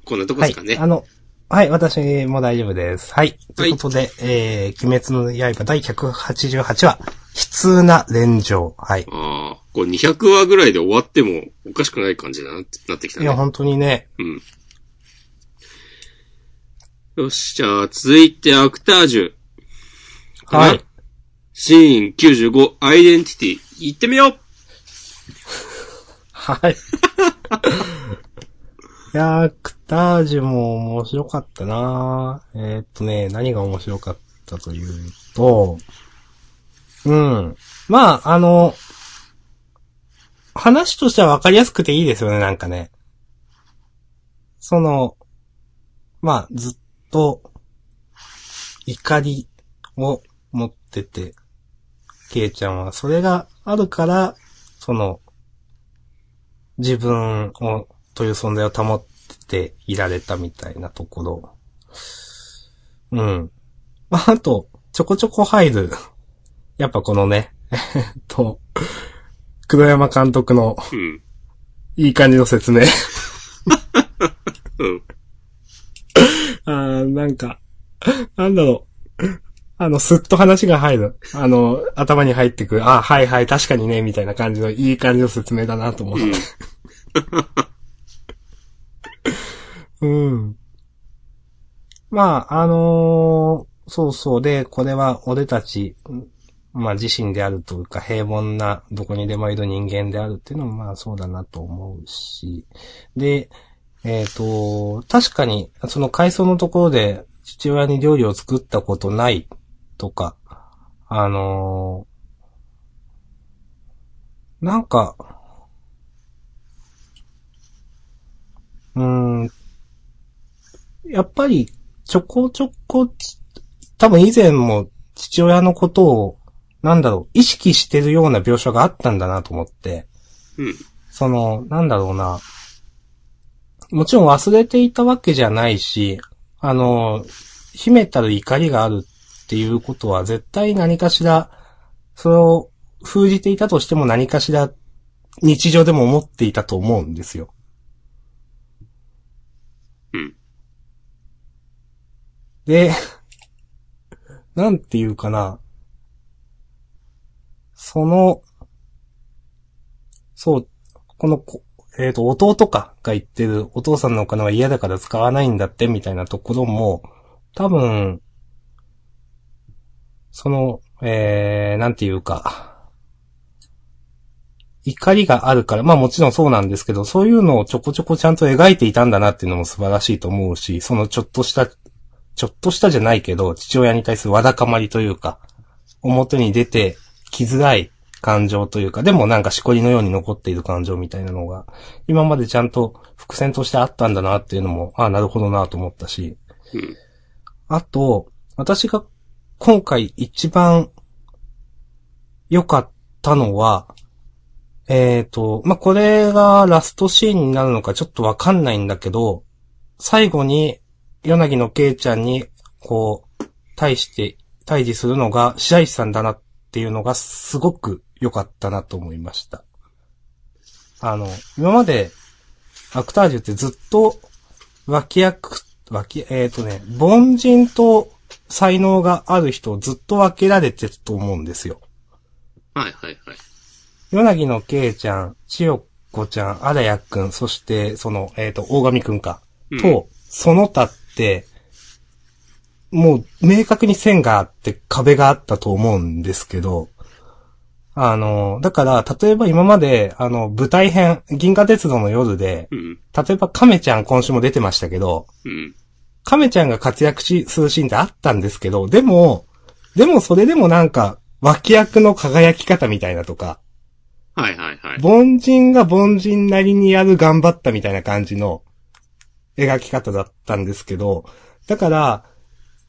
S1: こんなとこ
S2: は
S1: で
S2: い
S1: すかね。。
S2: あの、はい、私も大丈夫です。はい。ということで、えー、鬼滅の刃第188話、悲痛な連城。はい。
S1: ああ、これ200話ぐらいで終わってもおかしくない感じだなってなってきた
S2: い
S1: ね。
S2: や、本当にね、
S1: うん。よし、じゃあ、続いて、アクタージュ。
S2: はい。
S1: シーン95、アイデンティティ。行ってみよう
S2: はい。いやー、クタージュも面白かったなーえーっとね、何が面白かったというと、うん。まあ、あの、話としては分かりやすくていいですよね、なんかね。その、まあ、ずっと、怒りを持ってて、ケイちゃんは、それがあるから、その、自分を、という存在を保っていられたみたいなところ。うん。まあ、あと、ちょこちょこ入る。やっぱこのね、 *laughs* えっと、黒山監督の
S1: うん。
S2: いい感じの説明。
S1: うん。
S2: あーなんか、なんだろう。あの、すっと話が入る。あの、頭に入ってくる。あー、はいはい、確かにね、みたいな感じの、いい感じの説明だなと思って。 *laughs* うん。まあ、あのーそうそう。で、これは俺たち、んまあ自身であるというか、平凡な、どこにでもいる人間であるっていうのも、まあそうだなと思うし。で、えっ、と、確かに、その階層のところで、父親に料理を作ったことないとか、あのーなんか、うーん、やっぱり、ちょこちょこ、ち多分以前も父親のことを、なんだろう、意識してるような描写があったんだなと思って、
S1: うん。
S2: その、なんだろうな、もちろん忘れていたわけじゃないし、あの、秘めたる怒りがあるっていうことは絶対何かしら、それを封じていたとしても何かしら日常でも思っていたと思うんですよ。
S1: うん。
S2: で、なんていうかな。その、そう、このこ、えっ、と、弟かが言ってる、お父さんのお金は嫌だから使わないんだって、みたいなところも、多分、その、えー、なんていうか、怒りがあるから、まあもちろんそうなんですけど、そういうのをちょこちょこちゃんと描いていたんだなっていうのも素晴らしいと思うし、そのちょっとした、ちょっとしたじゃないけど、父親に対するわだかまりというか、表に出て、きづらい感情というか、でもなんかしこりのように残っている感情みたいなのが、今までちゃんと伏線としてあったんだなっていうのも、ああ、なるほどなと思ったし、
S1: うん。
S2: あと、私が今回一番良かったのは、えっ、と、まあ、これがラストシーンになるのかちょっとわかんないんだけど、最後に、柳のけいちゃんに、こう、対して、対峙するのが白石さんだなっていうのがすごく良かったなと思いました。あの、今まで、アクタージュってずっと脇役、脇、えっ、とね、凡人と才能がある人をずっと分けられてると思うんですよ。
S1: はいはいはい。
S2: ヨナギのけいちゃん、千代子ちゃん、あらやくん、そして、その、えっ、と、大神くんか。
S1: うん
S2: と、その他って、もう明確に線があって壁があったと思うんですけど、あの、だから、例えば今まで、あの、舞台編、銀河鉄道の夜で、
S1: うん。
S2: 例えば亀ちゃん今週も出てましたけど、
S1: うん。
S2: 亀ちゃんが活躍し、するシーンってあったんですけど、でも、でもそれでもなんか、脇役の輝き方みたいなとか、
S1: はいはいはい。
S2: 凡人が凡人なりにやる頑張ったみたいな感じの描き方だったんですけど、だから、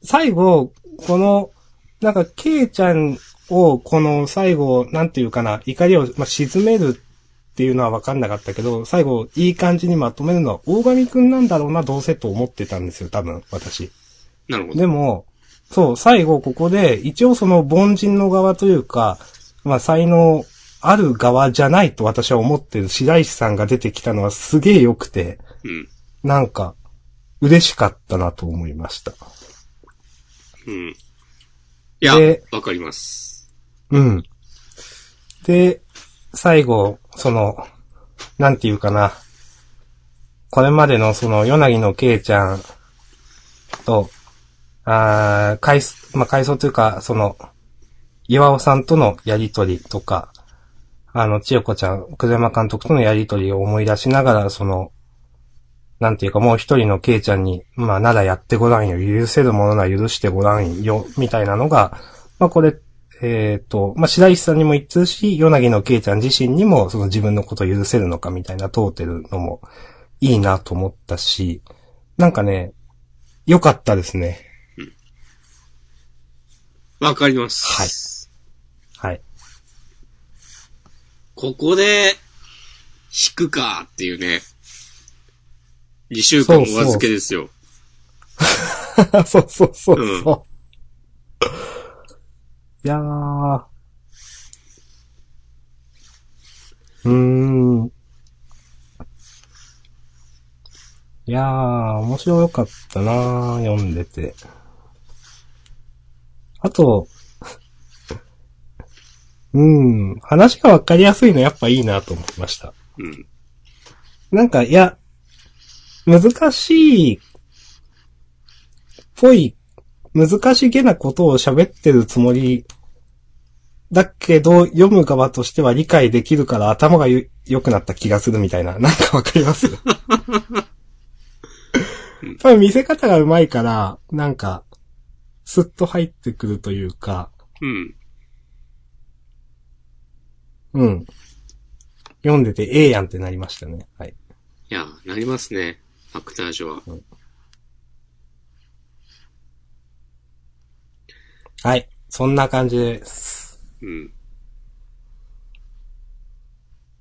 S2: 最後、この、なんか、ケイちゃんを、この最後、なんていうかな、怒りを、まあ、沈めるっていうのは分かんなかったけど、最後、いい感じにまとめるのは、大神くんなんだろうな、どうせと思ってたんですよ、多分、私。
S1: なるほど。
S2: でも、そう、最後ここで、一応その凡人の側というか、まあ才能ある側じゃないと私は思ってる白石さんが出てきたのはすげえ良くて、
S1: うん。
S2: なんか、嬉しかったなと思いました。
S1: うん。いや
S2: で、
S1: わかります。
S2: うん。で、最後、その、なんていうかな。これまでのその、ヨナギのケイちゃんと、あー回想、まあ、回想というか、その、岩尾さんとのやりとりとか、あの、千代子ちゃん、久山監督とのやりとりを思い出しながら、その、なんていうか、もう一人のケイちゃんに、まあ、ならやってごらんよ、許せるものなら許してごらんよ、みたいなのが、まあ、これ、えっ、と、まあ、白石さんにも言ってるし、ヨナギのケイちゃん自身にも、その自分のことを許せるのかみたいな問うてるのも、いいなと思ったし、なんかね、良かったですね。
S1: わかります。
S2: はい。
S1: ここで、引くかっていうね。2週間お預けですよ。
S2: そうそうそうそう。いやー。うーん。いやー、面白かったなー、読んでて。あと、 *laughs* うん、話がわかりやすいのやっぱいいなと思いました。
S1: うん。
S2: なんか、いや、難しい、ぽい、難しげなことを喋ってるつもり、だけど、読む側としては理解できるから頭がゆ良くなった気がするみたいな、なんかわかります多分見せ方が上手いから、なんか、スッと入ってくるというか、
S1: うん。
S2: うん。読んでてええやんってなりましたね。はい。
S1: いや、なりますね。アクタージュは。
S2: はい。そんな感じです。
S1: うん。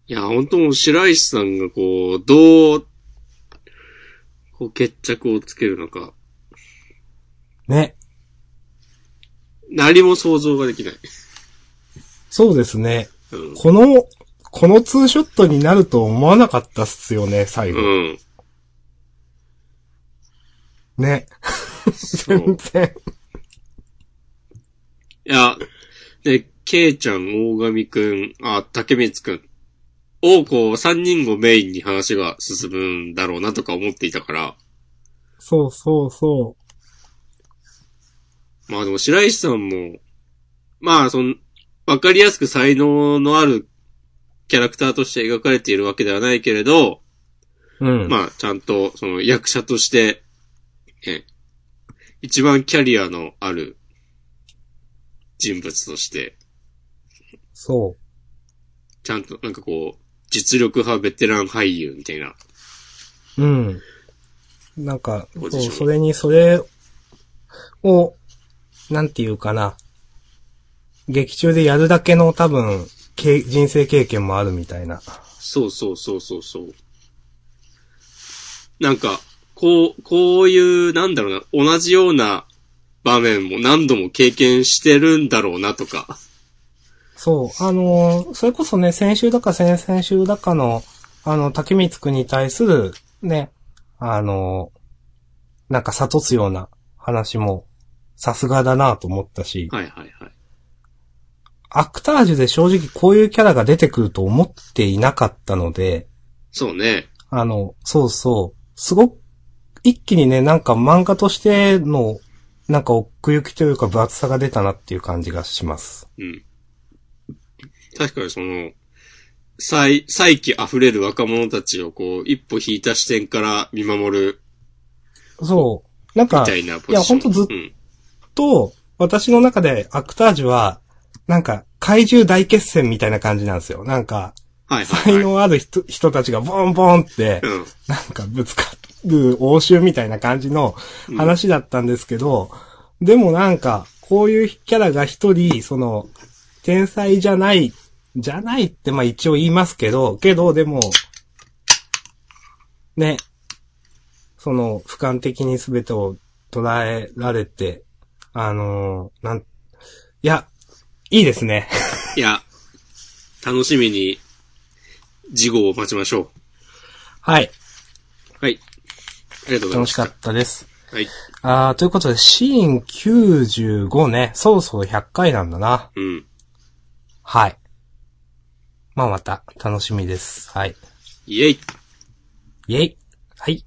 S1: いや、本当もう白石さんがこう、どう、こう決着をつけるのか、
S2: ね。
S1: 何も想像ができない。
S2: そうですね。
S1: うん。
S2: この、このツーショットになると思わなかったっすよね、最後。
S1: うん。
S2: ね。
S1: そう。
S2: 全然。
S1: いや、で、ケイちゃん、大神くん、あ、竹光くんをこう、三人をメインに話が進むんだろうなとか思っていたから、
S2: そうそうそ
S1: まあでも白石さんも、まあその、わかりやすく才能のあるキャラクターとして描かれているわけではないけれど、
S2: うん。
S1: まあ、ちゃんと、その役者として、え、一番キャリアのある人物として、
S2: そ
S1: ちゃんと、なんかこう、実力派ベテラン俳優みたいな。
S2: う。うん。なんか、
S1: ポジ
S2: そう、
S1: ション
S2: それに、それを、なんていうかな。劇中でやるだけの多分、け人生経験もあるみたいな。
S1: そうそうそうそうそう。なんか、こう、こういう、なんだろうな、同じような場面も何度も経験してるんだろうなとか。
S2: そう、あのーそれこそね、先週だか先々週だかの、あの、竹光くんに対する、ね、あのーなんか悟すような話も、さすがだなと思ったし、
S1: はいはいはい。
S2: アクタージュで正直こういうキャラが出てくると思っていなかったので、
S1: そうね。
S2: あの、そうそう、すごく、一気にね、なんか漫画としての、なんか奥行きというか分厚さが出たなっていう感じがします。
S1: うん。確かにその、才、才気溢れる若者たちをこう、一歩引いた視点から見守る
S2: そう。なんか、
S1: みたいなポジション。
S2: いやほんとずっ
S1: うん。
S2: と、私の中でアクタージュは、なんか、怪獣大決戦みたいな感じなんですよ。なんか、
S1: はいはい
S2: 才
S1: はい。
S2: 能ある人,、人たちがボンボンって、
S1: うん。
S2: なんかぶつかる応酬みたいな感じの話だったんですけど、でもなんか、こういうキャラが一人、その、天才じゃない、じゃないってまあ一応言いますけど、けどでも、ね、その、俯瞰的に全てを捉えられて、あのーなん、いや、いいですね。
S1: いや、楽しみに、事後を待ちましょ
S2: はい、
S1: う。はい。ありがとうござい
S2: 楽
S1: ま
S2: し
S1: す。
S2: かったです。
S1: た。はい。
S2: あー、ということで、シーン95ね、そろそろ100回なんだな。
S1: うん。
S2: はい。まあまた、楽しみです。はい。
S1: イェイ
S2: イェイはい。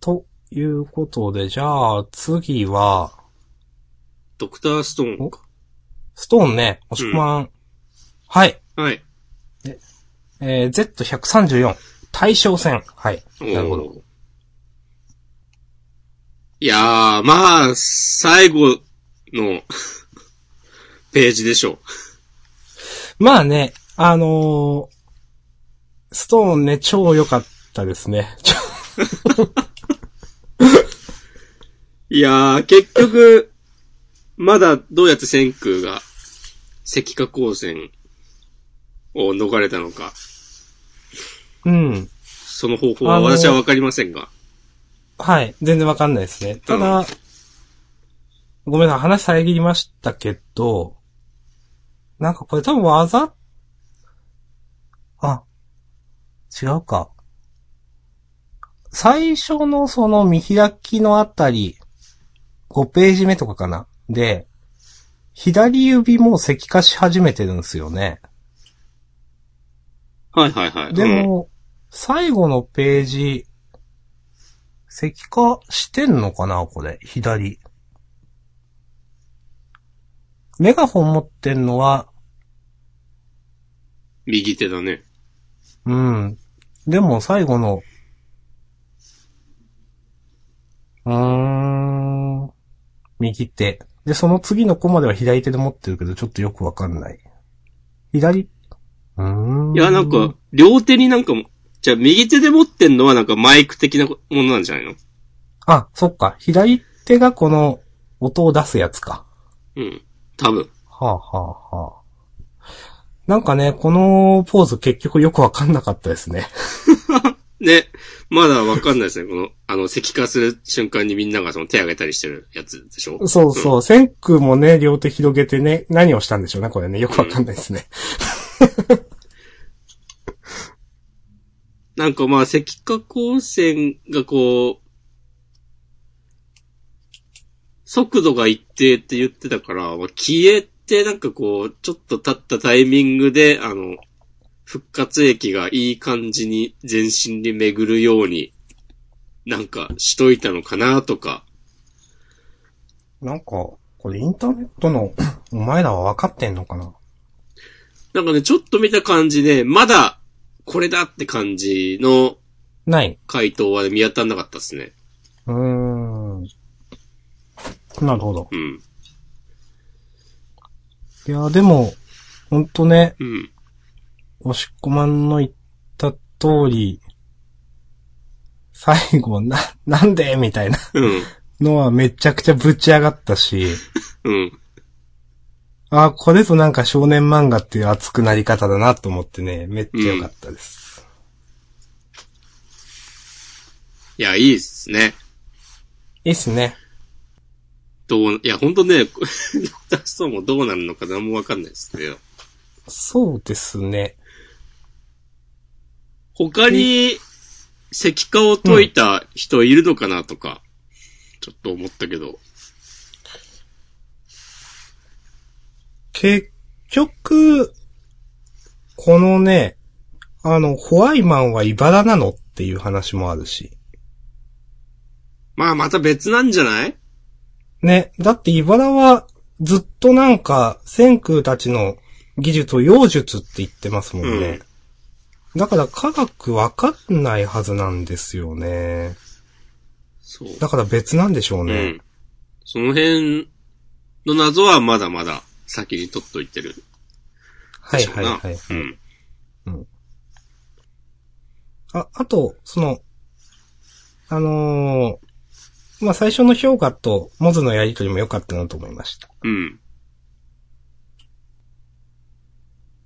S2: ということで、じゃあ、次は、
S1: ドクターストーンか。
S2: ストーンね、押し込まん。はい。
S1: はい。
S2: えー、Z134、対象戦。はい。なるほど。
S1: おーいやー、まあ、最後の *laughs* ページでしょう。
S2: まあね、あのー、ストーンね、超良かったですね。ちょ
S1: いやー、結局、まだどうやって千空が石化光線を逃れたのか、
S2: うん。
S1: その方法は
S2: あのー
S1: 私はわかりませんが。
S2: はい。全然わかんないですね。ただ、
S1: う
S2: ごめんなさい。話遮りましたけど、なんかこれ多分技あ、違うか。最初のその見開きのあたり、5ページ目とかかな。で、左指もう石化し始めてるんですよね。
S1: はいはいはい。
S2: でも、最後のページ、石化してんのかなこれ、左。メガホン持ってんのは、
S1: うん、右手だね。
S2: うん。でも最後の、うーん、右手。で、その次の子までは左手で持ってるけど、ちょっとよくわかんない。左うーん。
S1: いや、なんか、、両手になんかも、じゃあ右手で持ってんのはなんかマイク的なものなんじゃないの
S2: あ、そっか。左手がこの、音を出すやつか。
S1: うん。多分。
S2: はあ、はあ、はあ。なんかね、このポーズ結局よくわかんなかったですね。
S1: ね。まだわかんないですね。この、あの、石化する瞬間にみんながその手挙げたりしてるやつでしょ
S2: *laughs* そうそう。センクもね、両手広げてね、何をしたんでしょうね、これね。よくわかんないですね。
S1: なんかまあ、石化光線がこう、速度が一定って言ってたから、まあ消えてなんかこう、ちょっと経ったタイミングで、あの、復活液がいい感じに全身に巡るように、なんかしといたのかなとか。
S2: *clears throat* なんか、これインターネットのお前らはわかってんのかな
S1: なんかね、ちょっと見た感じね、まだ、これだって感じの
S2: ない。
S1: 回答はね見当たんなかったですね。
S2: うーん。なるほど。
S1: うん。
S2: いや、でも、ほんとね、
S1: うん。
S2: 押し込まんの言った通り、最後、な、なんでみたいな
S1: うん。
S2: のはめちゃくちゃぶち上がったし、
S1: うん。
S2: あこれぞなんか少年漫画っていう熱くなり方だなと思ってね、めっちゃ良かったです。
S1: いや、いいっすね。
S2: いいっすね。
S1: どう、いや、ほんとね、 *laughs* ドクターストーンもどうなるのか何もわかんないですけど。
S2: そうですね。
S1: 他に、石化を解いた人いるのかなとか、ちょっと思ったけど。
S2: 結局、このね、あの、ホワイマンは茨なのっていう話もあるし。
S1: まあ、また別なんじゃない
S2: ね、だって茨はずっとなんか、先空たちの技術を妖術って言ってますもんね。だから科学わかんないはずなんですよね。
S1: そう。
S2: だから別なんでしょう
S1: う
S2: ね。
S1: ん。その辺の謎はまだまだ先に取っといてる。
S2: はいはいはい。
S1: うん。
S2: あ、あと、その、あのーまあ、最初の評価と、モズのやりとりも良かったなと思いました。
S1: うん。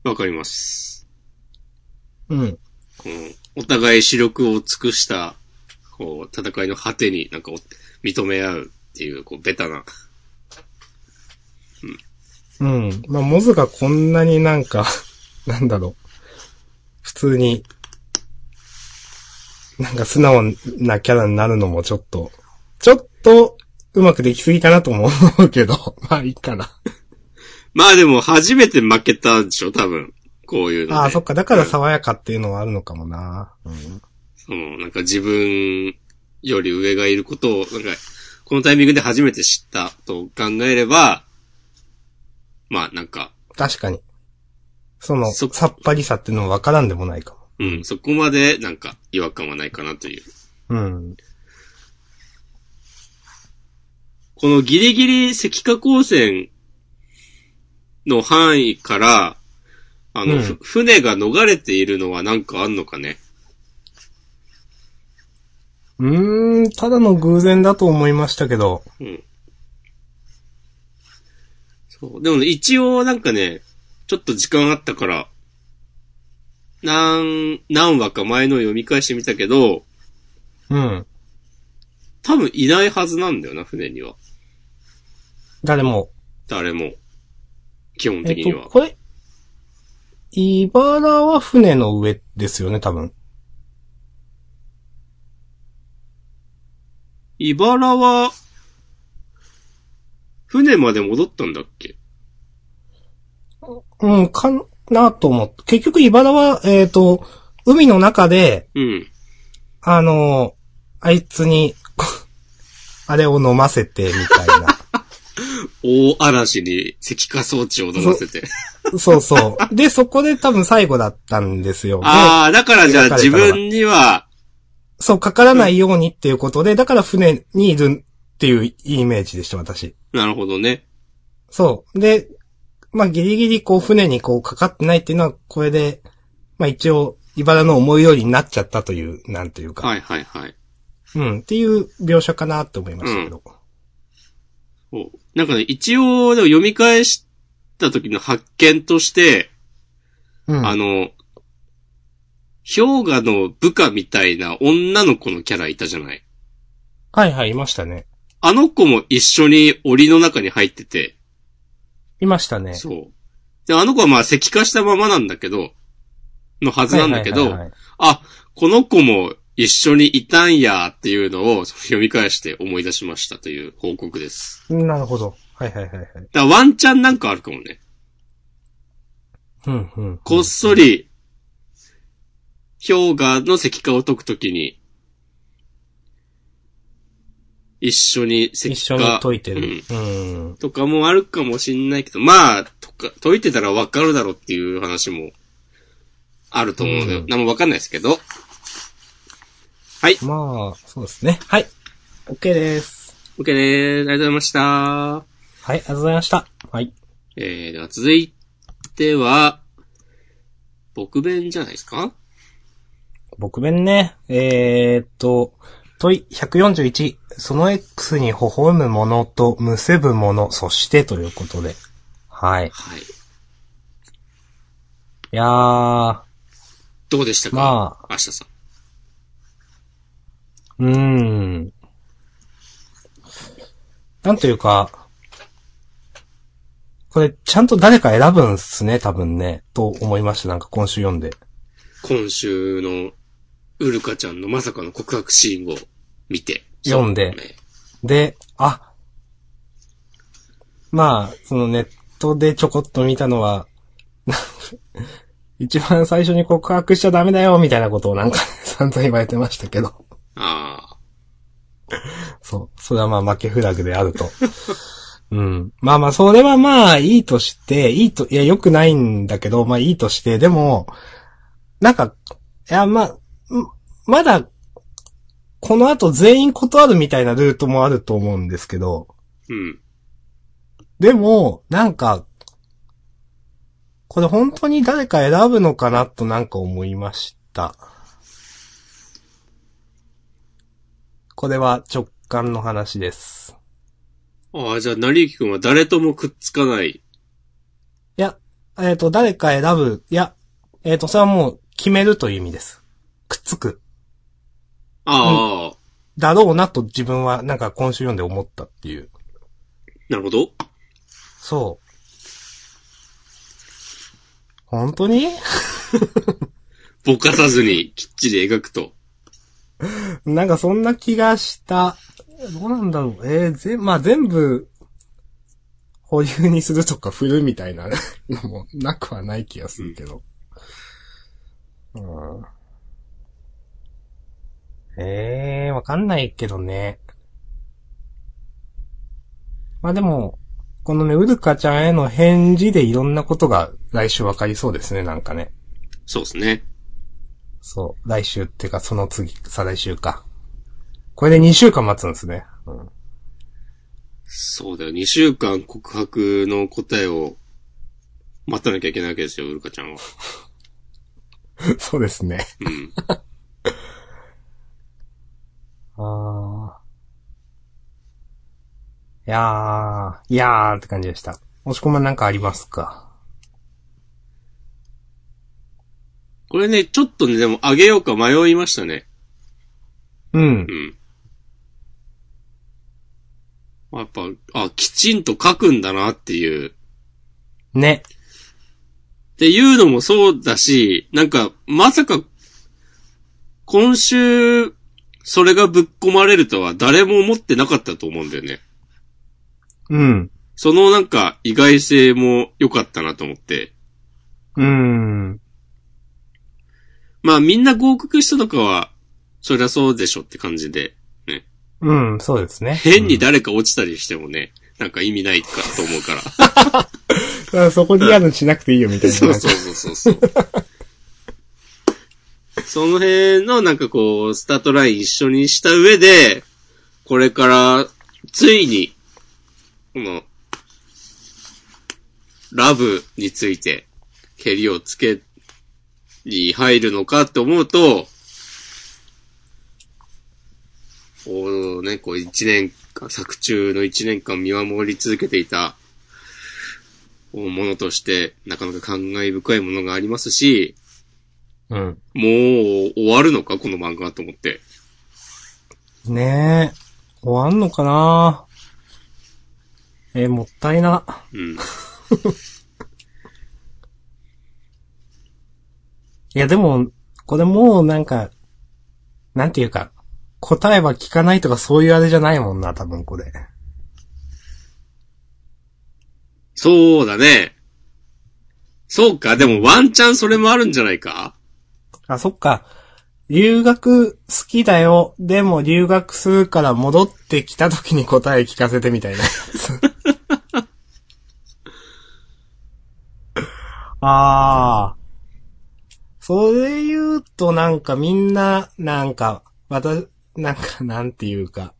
S1: わかります。
S2: うん。
S1: こうお互い視力を尽くした、こう、戦いの果てになんかお認め合うっていう、こう、ベタな。
S2: うん。まあ、モズがこんなになんか、 *laughs* なんだろう。普通に、なんか素直なキャラになるのもちょっと、ちょっと、うまくできすぎかなとも思うけど、 *laughs* まあいいかな。
S1: まあでも初めて負けたでしょ、多分。こういうので。
S2: ああ、そっか。だから
S1: そ
S2: 爽やかっていうのはあるのかもな。うん。
S1: の、なんか自分より上がいることを、なんか、このタイミングで初めて知ったと考えれば、まあなんか、
S2: 確かに。その、
S1: そ
S2: さっぱりさっていうのもわからんでもないか
S1: うん、そこまでなんか違和感はないかなという。
S2: も。うん。
S1: このギリギリ赤化光線の範囲から、あの、
S2: うん
S1: ふ船が逃れているのはなんかあんのかね。
S2: うーん、ただの偶然だと思いましたけど。
S1: うん。そう。でもね、一応なんかね、ちょっと時間あったから、何、何話か前のを読み返してみたけど、
S2: うん。
S1: 多分いないはずなんだよな、船には。
S2: 誰も
S1: 誰も。基本
S2: え
S1: 的
S2: っ
S1: に
S2: と、
S1: は。
S2: これ、茨は船の上ですよね、多分。
S1: 茨は、船まで戻ったんだっけ
S2: うん、かなと思って。結局茨は、えっ、と、海の中で、
S1: うん。
S2: あのあいつに、 *laughs* こあれを飲ませて、みたい
S1: 大嵐に石化装置を飲ませて。 *laughs*
S2: な。そうそう。で、そこで多分最後だったんですよ。で
S1: ああ、だからじゃあ
S2: 描か
S1: 自
S2: れたのが
S1: 分には、
S2: そう、かからないようにっていうことで、だから船にいるっていうイメージでした、私。
S1: なるほどね。
S2: そう。で、まあ、ギリギリこう船にこうかかってないっていうのは、これで、まあ一応、茨の思い通りになっちゃったという、なんというか。
S1: はいはいはい。
S2: うん。っていう描写かなと思いましたけど。
S1: そうなんかね、一応、でも読み返した時の発見として、
S2: うん。
S1: あの、氷河の部下みたいな女の子のキャラいたじゃない。
S2: はいはい、いましたね。
S1: あの子も一緒に檻の中に入ってて、
S2: いましたね。
S1: そう。で、あの子はまあ石化したままなんだけど、のはずなんだけ
S2: はいは
S1: ど
S2: いはい、はい
S1: あ、この子も一緒にいたんやっていうのを読み返して思い出しましたという報告です。
S2: なるほど。はいはいはいはい。
S1: だからワンチャンなんかあるかもね。
S2: うんうん。
S1: こっそり、氷河の石化を解くときに、一緒に石
S2: 一
S1: 化
S2: 緒に解いて
S1: う
S2: る
S1: ん。
S2: うん。
S1: とかもあるかもしんないけど、まあ、とか、解いてたらわかるだろうっていう話も、あると思うので、
S2: うん
S1: 何もわかんないですけど。はい、
S2: まあ、そうですね。はい。OK です。
S1: OK でーす。ありがとうございました。
S2: はい、ありがとうございました。はい。
S1: えー、では続いては、僕弁じゃないですか
S2: 僕弁ね、えー、っと、問い141、その X に微笑むものと結ぶもの、そしてということで。はい。
S1: はい。
S2: いやー、ま
S1: どうでしたか
S2: あ、
S1: 明日さん。
S2: うーん。なんというか、これ、ちゃんと誰か選ぶんすね、多分ね、と思いました、なんか今週読んで。
S1: 今週の、ウルカちゃんのまさかの告白シーンを見て。
S2: 読んで
S1: そうね
S2: で、あ、まあ、そのネットでちょこっと見たのは、 *laughs* 一番最初に告白しちゃダメだよ、みたいなことをなんか、 *laughs* ね、散々言われてましたけど。
S1: あ
S2: そう。それはまあ負けフラグであると。 *laughs* うん。まあまあ、それはまあ、いいとして、いいと、いや、良くないんだけど、まあいいとして、でも、なんか、いや、まあ、んまだ、この後全員断るみたいなルートもあると思うんですけど、
S1: あ、うん。
S2: でも、なんか、これ本当に誰か選ぶのかなとなんか思いました。これは直感の話です。
S1: ああ、じゃあ、成りゆきくんは誰ともくっつかない。
S2: いや、えっ、と、誰か選ぶ、いや、えっ、と、それはもう決めるという意味です。くっつく。
S1: ああ、
S2: だろうなと自分はなんか今週読んで思ったっていう。
S1: なるほど。
S2: そう。本当に
S1: ぼかさずにきっちり描くと。
S2: なんかそんな気がした。どうなんだろう。えー、ぜ、まあ、全部、保留にするとか振るみたいなのもなくはない気がするけど。うん。ええー、わかんないけどね。まあでも、このね、ウルカちゃんへの返事でいろんなことが来週わかりそうですね、なんかね。
S1: そうですね。
S2: そう。来週っていうか、その次、再来週か。これで2週間待つんですね。 *laughs* うん。
S1: そうだよ。2週間告白の答えを待たなきゃいけないわけですよ、ウルカちゃんは。
S2: そうですね。
S1: うん。
S2: ああ。いやー、いやーって感じでした。押し込まんなんかありますか
S1: これね、ちょっとね、でもあげようか迷いましたね。
S2: うん
S1: う。ん。まあやっぱ、あ、きちんと書くんだなっていう。
S2: ね。
S1: っていうのもそうだし、なんか、まさか、今週、それがぶっ込まれるとは誰も思ってなかったと思うんだよね。
S2: うん。
S1: そのなんか意外性も良かったなと思って。
S2: うん。
S1: まあみんな合格したとかは、そりゃそうでしょって感じで。
S2: うん、そうですね。
S1: 変に誰か落ちたりしてもね、なんか意味ないかと思うから。
S2: うんそこリアルにしなくていいよみたいな。
S1: そうそうそうそうそう。その辺のなんかこう、スタートライン一緒にした上で、これから、ついに、この、ラブについて、蹴りをつけ、に入るのかって思うと、こうね、こう一年間、作中の一年間見守り続けていた、こうものとして、なかなか感慨深いものがありますし、
S2: うん。
S1: もう終わるのかこの漫画と思って。
S2: ねえ。終わんのかなえーもったいな。
S1: うん。
S2: いやでも、これもうなんか、なんていうか、答えは聞かないとかそういうあれじゃないもんな、多分これ。
S1: そうだね。そうか、でもワンチャンそれもあるんじゃないか
S2: あ、そっか。留学好きだよ。でも留学するから戻ってきた時に答え聞かせてみたいなや *laughs* つ。ああ。それ言うとなんかみんな、なんか、わた、なんか、なんていうか。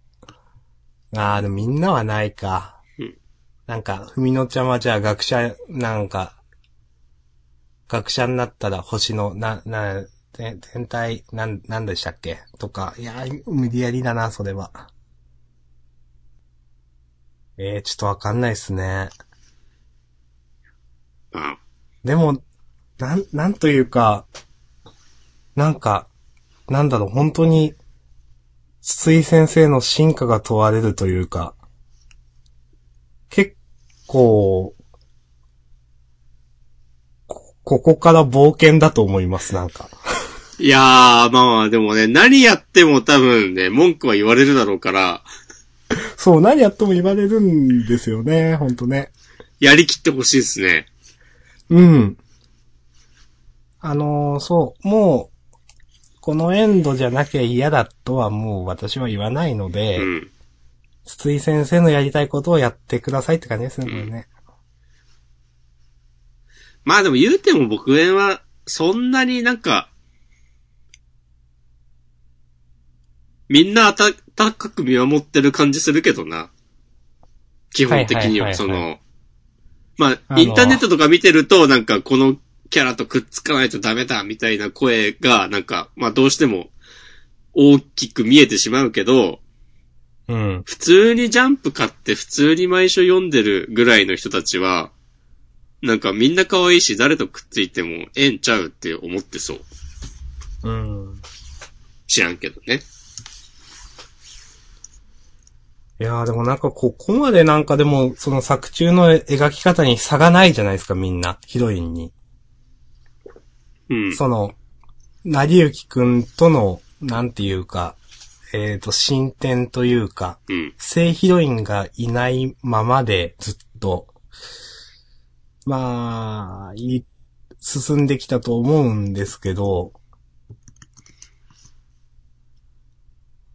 S2: ああ、でもみんなはないか。
S1: うん
S2: なんか、ふみのちゃんはじゃあ学者、なんか、学者になったら星の、な、な、て天体、なん、なんでしたっけとか。いやー、無理やりだな、それは。ええー、ちょっとわかんないっすね。
S1: まあ、
S2: でも、なん、なんというか、なんか、なんだろう、本当に、筒井先生の進化が問われるというか、結構、こここから冒険だと思います、なんか。
S1: いやー、まあでもね、何やっても多分ね、文句は言われるだろうから、
S2: そう、何やっても言われるんですよね、本当ね。
S1: やりきってほしいですね。
S2: うん。あのーそう、もう、このエンドじゃなきゃ嫌だとはもう私は言わないので、
S1: うん。
S2: 筒井先生のやりたいことをやってくださいって感じですね、これね。
S1: まあでも言うても僕園は、そんなになんか、みんな温かく見守ってる感じするけどな。基本的に
S2: はいはいはいはい
S1: は、その、ま
S2: あ
S1: あ、
S2: の
S1: インターネットとか見てると、なんかこのキャラとくっつかないとダメだ、みたいな声が、なんか、まあどうしても大きく見えてしまうけど、
S2: うん。
S1: 普通にジャンプ買って普通に毎週読んでるぐらいの人たちは、なんかみんな可愛いし誰とくっついてもええんちゃうって思ってそう。
S2: うん。
S1: 知らんけどね。
S2: いやーでもなんかここまでなんかでも、その作中の描き方に差がないじゃないですか、みんな。ヒロインに。
S1: うん。
S2: その、成幸くんとの、なんていうか、えっ、と、進展というか、
S1: うん。
S2: 正ヒロインがいないままでずっと、まあ、い、進んできたと思うんですけど、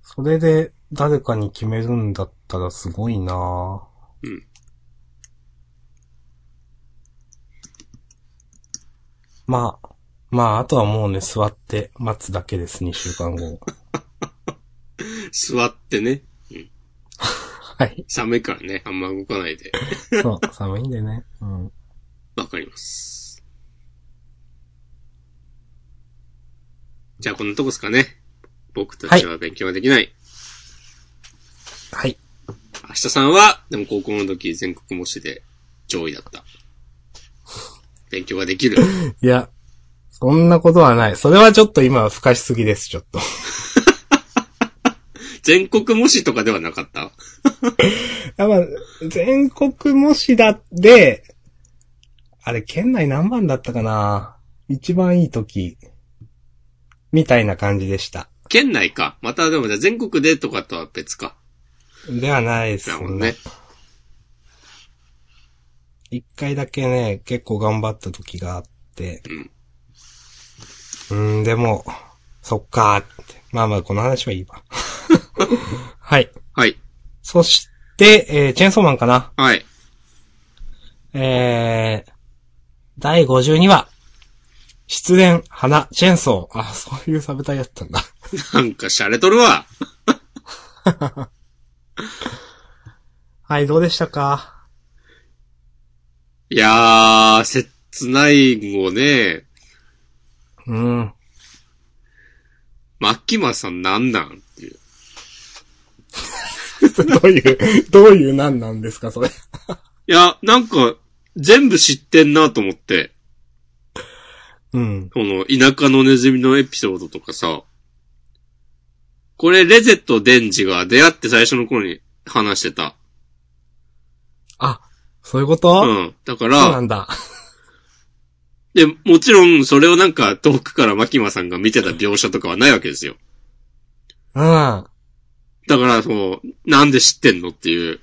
S2: それで誰かに決めるんだったらすごいなぁ
S1: うん。
S2: まあ、まあ、あとはもうね、座って待つだけです、2週間後。
S1: 座ってね。
S2: はい。
S1: 寒いからね。あんま動かないで。
S2: そう、寒いんでね。うん。
S1: わかります。じゃあこんなとこですかね。僕たちは勉強はできない。
S2: はい。
S1: 明日さんは、でも高校の時全国模試で上位だった。勉強ができる。
S2: いや、そんなことはない。それはちょっと今は不可しすぎです、ちょっ *laughs* と。
S1: 全国模試とかではなかった
S2: やっぱ、全国模試だって、あれ、県内何番だったかな一番いい時、みたいな感じでした。
S1: 県内か。またでもじゃあ全国でとかとは別か。
S2: ではないです
S1: なるほどね。。
S2: 一回だけね、結構頑張った時があって。うん。ん、でも、そっかーって。まあまあ、この話はい
S1: *laughs*
S2: いわ。はい。
S1: はい。
S2: そして、えー、チェーンソーマンかな
S1: はい。
S2: えー、第52話。失恋、花、チェーンソー。あ、そういうサブタイだったんだ。
S1: なんか洒落とるわ。
S2: はい、どうでしたか
S1: いやー、切ないんをね、
S2: うん。 *laughs*
S1: マッキマさんなんなんっていう。
S2: どういう、どういうなんなんですか、そ
S1: い
S2: れ。
S1: や、なんか、全部知ってんなと思って。
S2: うん。
S1: この、田舎のネズミのエピソードとかさ。これ、レゼット・デンジが出会って最初の頃に話してた。
S2: あ、そういうこと、
S1: うん。だか
S2: そうな
S1: ら、
S2: んだ。
S1: で、もちろん、それをなんか、遠くからマキマさんが見てた描写とかはないわけですよ。
S2: うん。は
S1: だから、その、なんで知ってんのっていう、
S2: い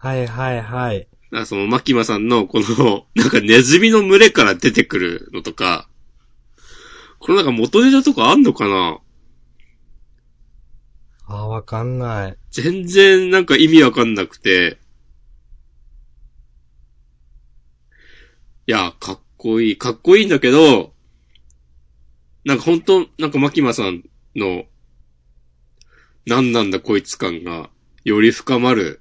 S2: はいはい。
S1: だからその、マキマさんの、この、なんかネズミの群れから出てくるのとか、これなんか元ネタとかあんのかな
S2: ああ、わかんない。
S1: 全然なんか意味わかんなくて。いや、かっこいい。かっこいいんだけど、なんか本当なんかマキマさんの、なんなんだこいつ感が、より深まる、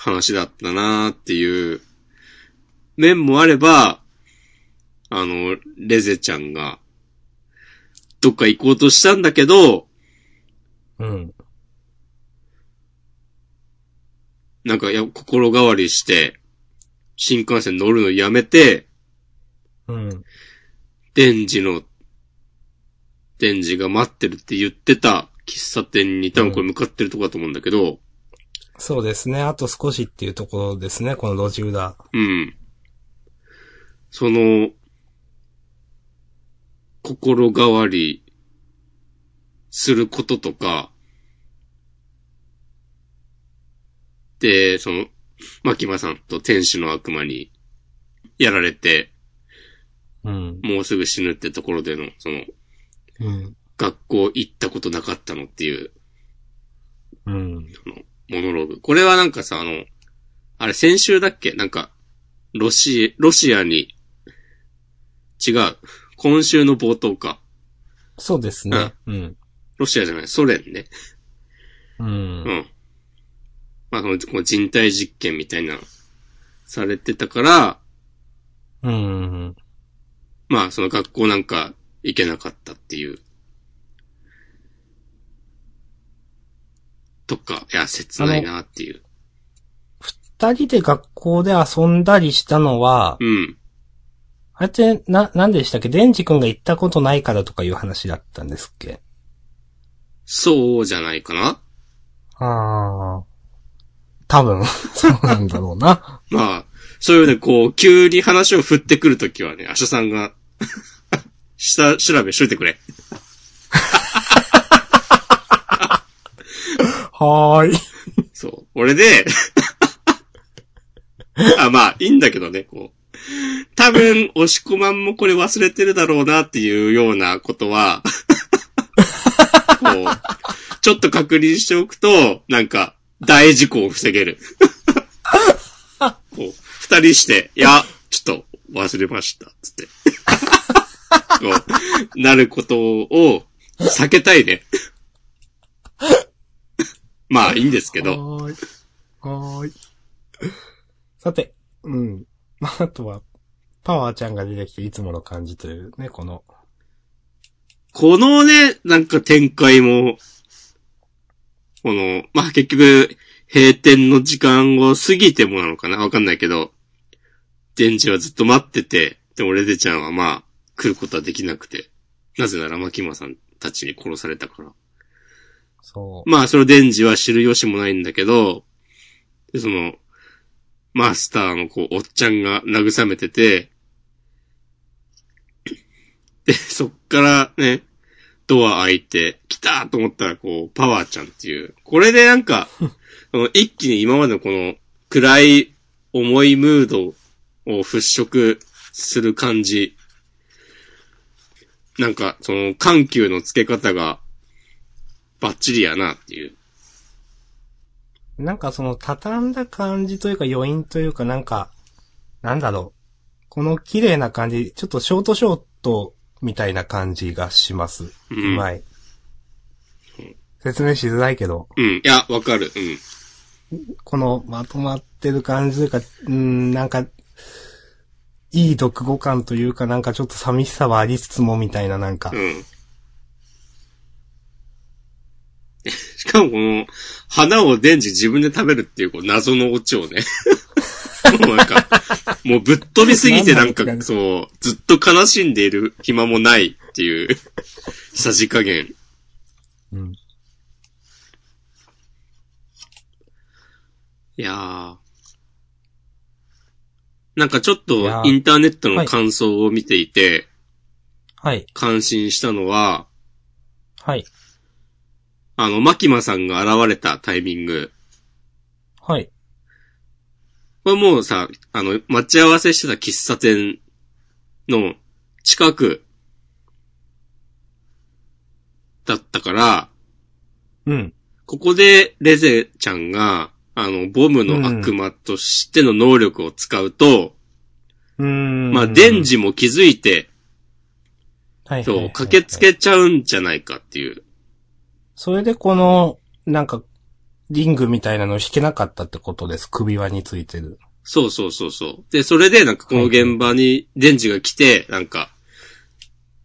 S1: 話だったなーっていう、面もあれば、あの、レゼちゃんが、どっか行こうとしたんだけど、
S2: うん。
S1: なんか、いや、心変わりして、新幹線乗るのやめて、
S2: うん。
S1: デンジの、デンジが待ってるって言ってた喫茶店に多分これ向かってるとこだと思うんだけど、
S2: そうですね。あと少しっていうところですね、この路地裏。
S1: うん。その、心変わりすることとか、で、その、牧間さんと天使の悪魔にやられて、
S2: うん。
S1: もうすぐ死ぬってところでの、その、
S2: うん。
S1: 学校行ったことなかったのっていう、
S2: うん。
S1: あの、モノローグ。これはなんかさ、あの、あれ先週だっけなんか、ロシ、ロシアに、違う。今週の冒頭か。
S2: そうですね。うん。
S1: ロシアじゃない、ソ連ね。
S2: う。
S1: うんん。まあ、その、この人体実験みたいな、されてたから、
S2: うん。
S1: まあ、その学校なんか行けなかったっていう。とか、いや、切ないなっていう。
S2: 二人で学校で遊んだりしたのは
S1: う、ん。
S2: あれって、な、なんでしたっけデンジ君が行ったことないからとかいう話だったんですっけ
S1: そうじゃないかな
S2: ああ。多分、 *laughs* そうなんだろうな。
S1: まあ、そういうね、こう、急に話を振ってくるときはね、アシャさんが、 *laughs* 下、調べしといてくれ。
S2: はーい。
S1: そう。俺で、あ、まあ、いいんだけどね、こう。多分、押し込まんもこれ忘れてるだろうなっていうようなことは、こう、ちょっと確認しておくと、なんか、大事故を防げる。こう、二人して、いや、ちょっと忘れました、つって。こう、なることを避けたいね。まあ、いいんですけど。
S2: はーい。はーい。さて、うん。まあ、あとは、パワーちゃんが出てきていつもの感じというね、この。
S1: このね、なんか展開も、この、まあ、結局、閉店の時間を過ぎてもなのかなわかんないけど、電池はずっと待ってて、でもレデちゃんはまあ、来ることはできなくて。なぜなら、マキマさんたちに殺されたから。
S2: そう。
S1: まあ、それをデンジは知る由もないんだけど、で、その、マスターのこう、おっちゃんが慰めてて、で、そっからね、ドア開いて、来たと思ったら、こう、パワーちゃんっていう。これでなんか、 *laughs* その一気に今までのこの、暗い、重いムードを払拭する感じ。なんか、その、緩急の付け方が、バッチリやなっていう。
S2: なんかその、畳んだ感じというか余韻というかなんか、なんだろう。この綺麗な感じ、ちょっとショートショートみたいな感じがします。
S1: う。
S2: うんまい。説明しづらいけど。
S1: うん。いや、わかる。うん。
S2: このまとまってる感じというか、うん、なんか、いい読語感というか、なんかちょっと寂しさはありつつもみたいな、なんか。
S1: うん。 *laughs* しかもこの、花を電池自分で食べるっていう、こう、謎のオチを *laughs* ね。もうなんか、もうぶっ飛びすぎてなんか
S2: なんなん、です
S1: そう、ずっと悲しんでいる暇もないっていう、さじ加減。
S2: うん。
S1: いやー。なんかちょっ
S2: いや
S1: と
S2: ー
S1: インターネットの感想を見ていて、
S2: はい。
S1: 感心したのは、
S2: はい。
S1: あの、マキマさんが現れたタイミング。
S2: はい。
S1: これもうさ、あの、待ち合わせしてた喫茶店の近くだったから、
S2: うん。
S1: ここでレゼちゃんが、あの、ボムの悪魔としての能力を使うと、
S2: うーん。
S1: まあ、デンジも気づいて、
S2: はいはいはい
S1: そ
S2: は
S1: う、
S2: い
S1: 駆けつ。けちゃうんじゃないかっていう。
S2: それでこの、なんか、リングみたいなの引けなかったってことです。首輪についてる。
S1: そうそうそうそう。で、それでなんかこの現場にデンジが来て、なんか、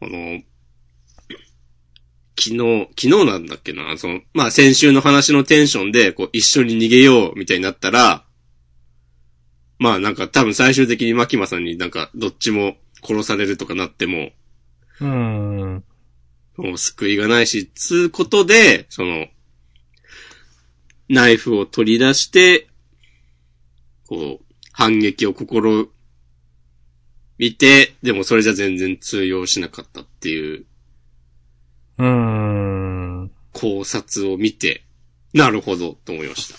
S1: この、昨日、昨日なんだっけな、その、まあ先週の話のテンションで、こう一緒に逃げようみたいになったら、まあなんか多分最終的にマキマさんになんかどっちも殺されるとかなっても、
S2: うーん。
S1: もう救いがないし、つうことで、その、ナイフを取り出して、こう、反撃を試みて、でもそれじゃ全然通用しなかったっていう
S2: うーん。
S1: 考察を見て、なるほど、と思いました。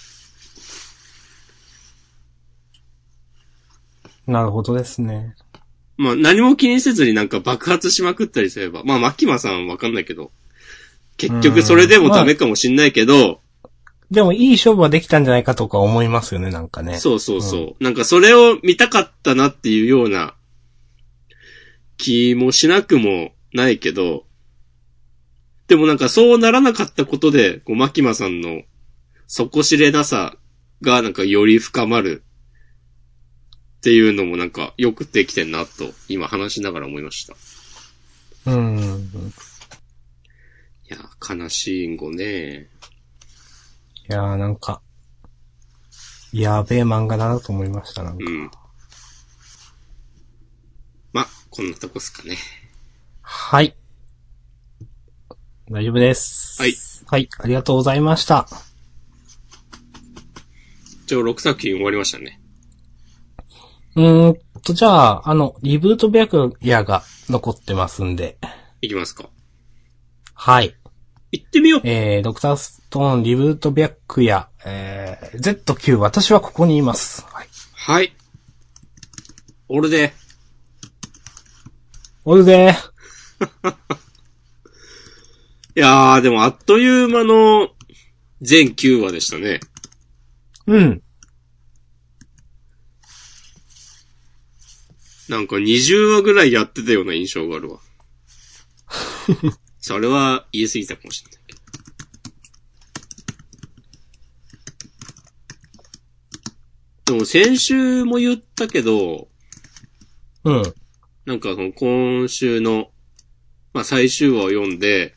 S2: なるほどですね。
S1: まあ何も気にせずになんか爆発しまくったりすれば、まあマキマさんわかんないけど、結局それでもダメかもしんないけど、
S2: でもいい勝負はできたんじゃないかとか思いますよね、なんかね。。
S1: そうそうそう。なんかそれを見たかったなっていうような気もしなくもないけど、でもなんかそうならなかったことで、こう、マキマさんの底知れなさがなんかより深まるっていうのもなんかよくできてんなと今話しながら思いました。いう
S2: うーん。
S1: やー、悲しいんごね。
S2: いやーなんか、やべえ漫画だなと思いました、なん
S1: う
S2: か。
S1: ん。ま、こんなとこっすかね。
S2: はい。大丈夫です。
S1: はい。
S2: はい、ありがとうございました。
S1: 一応6作品終わりましたね。
S2: うーんと、じゃあ、あの、リブート白夜が残ってますんで。
S1: いきますか。
S2: はい。
S1: 行ってみよう。
S2: えー、ドクターストーン、リブート白夜、えー、ZQ、私はここにいます。はい。
S1: はい。俺で、
S2: おるで
S1: いやー、でもあっという間の全9話でしたね。
S2: うん。
S1: なんか20話ぐらいやってたような印象があ *laughs* るわ。それは言い過ぎたかもしれないけど。でも先週も言ったけど、
S2: うん。
S1: なんかその今週の、まあ最終話を読んで、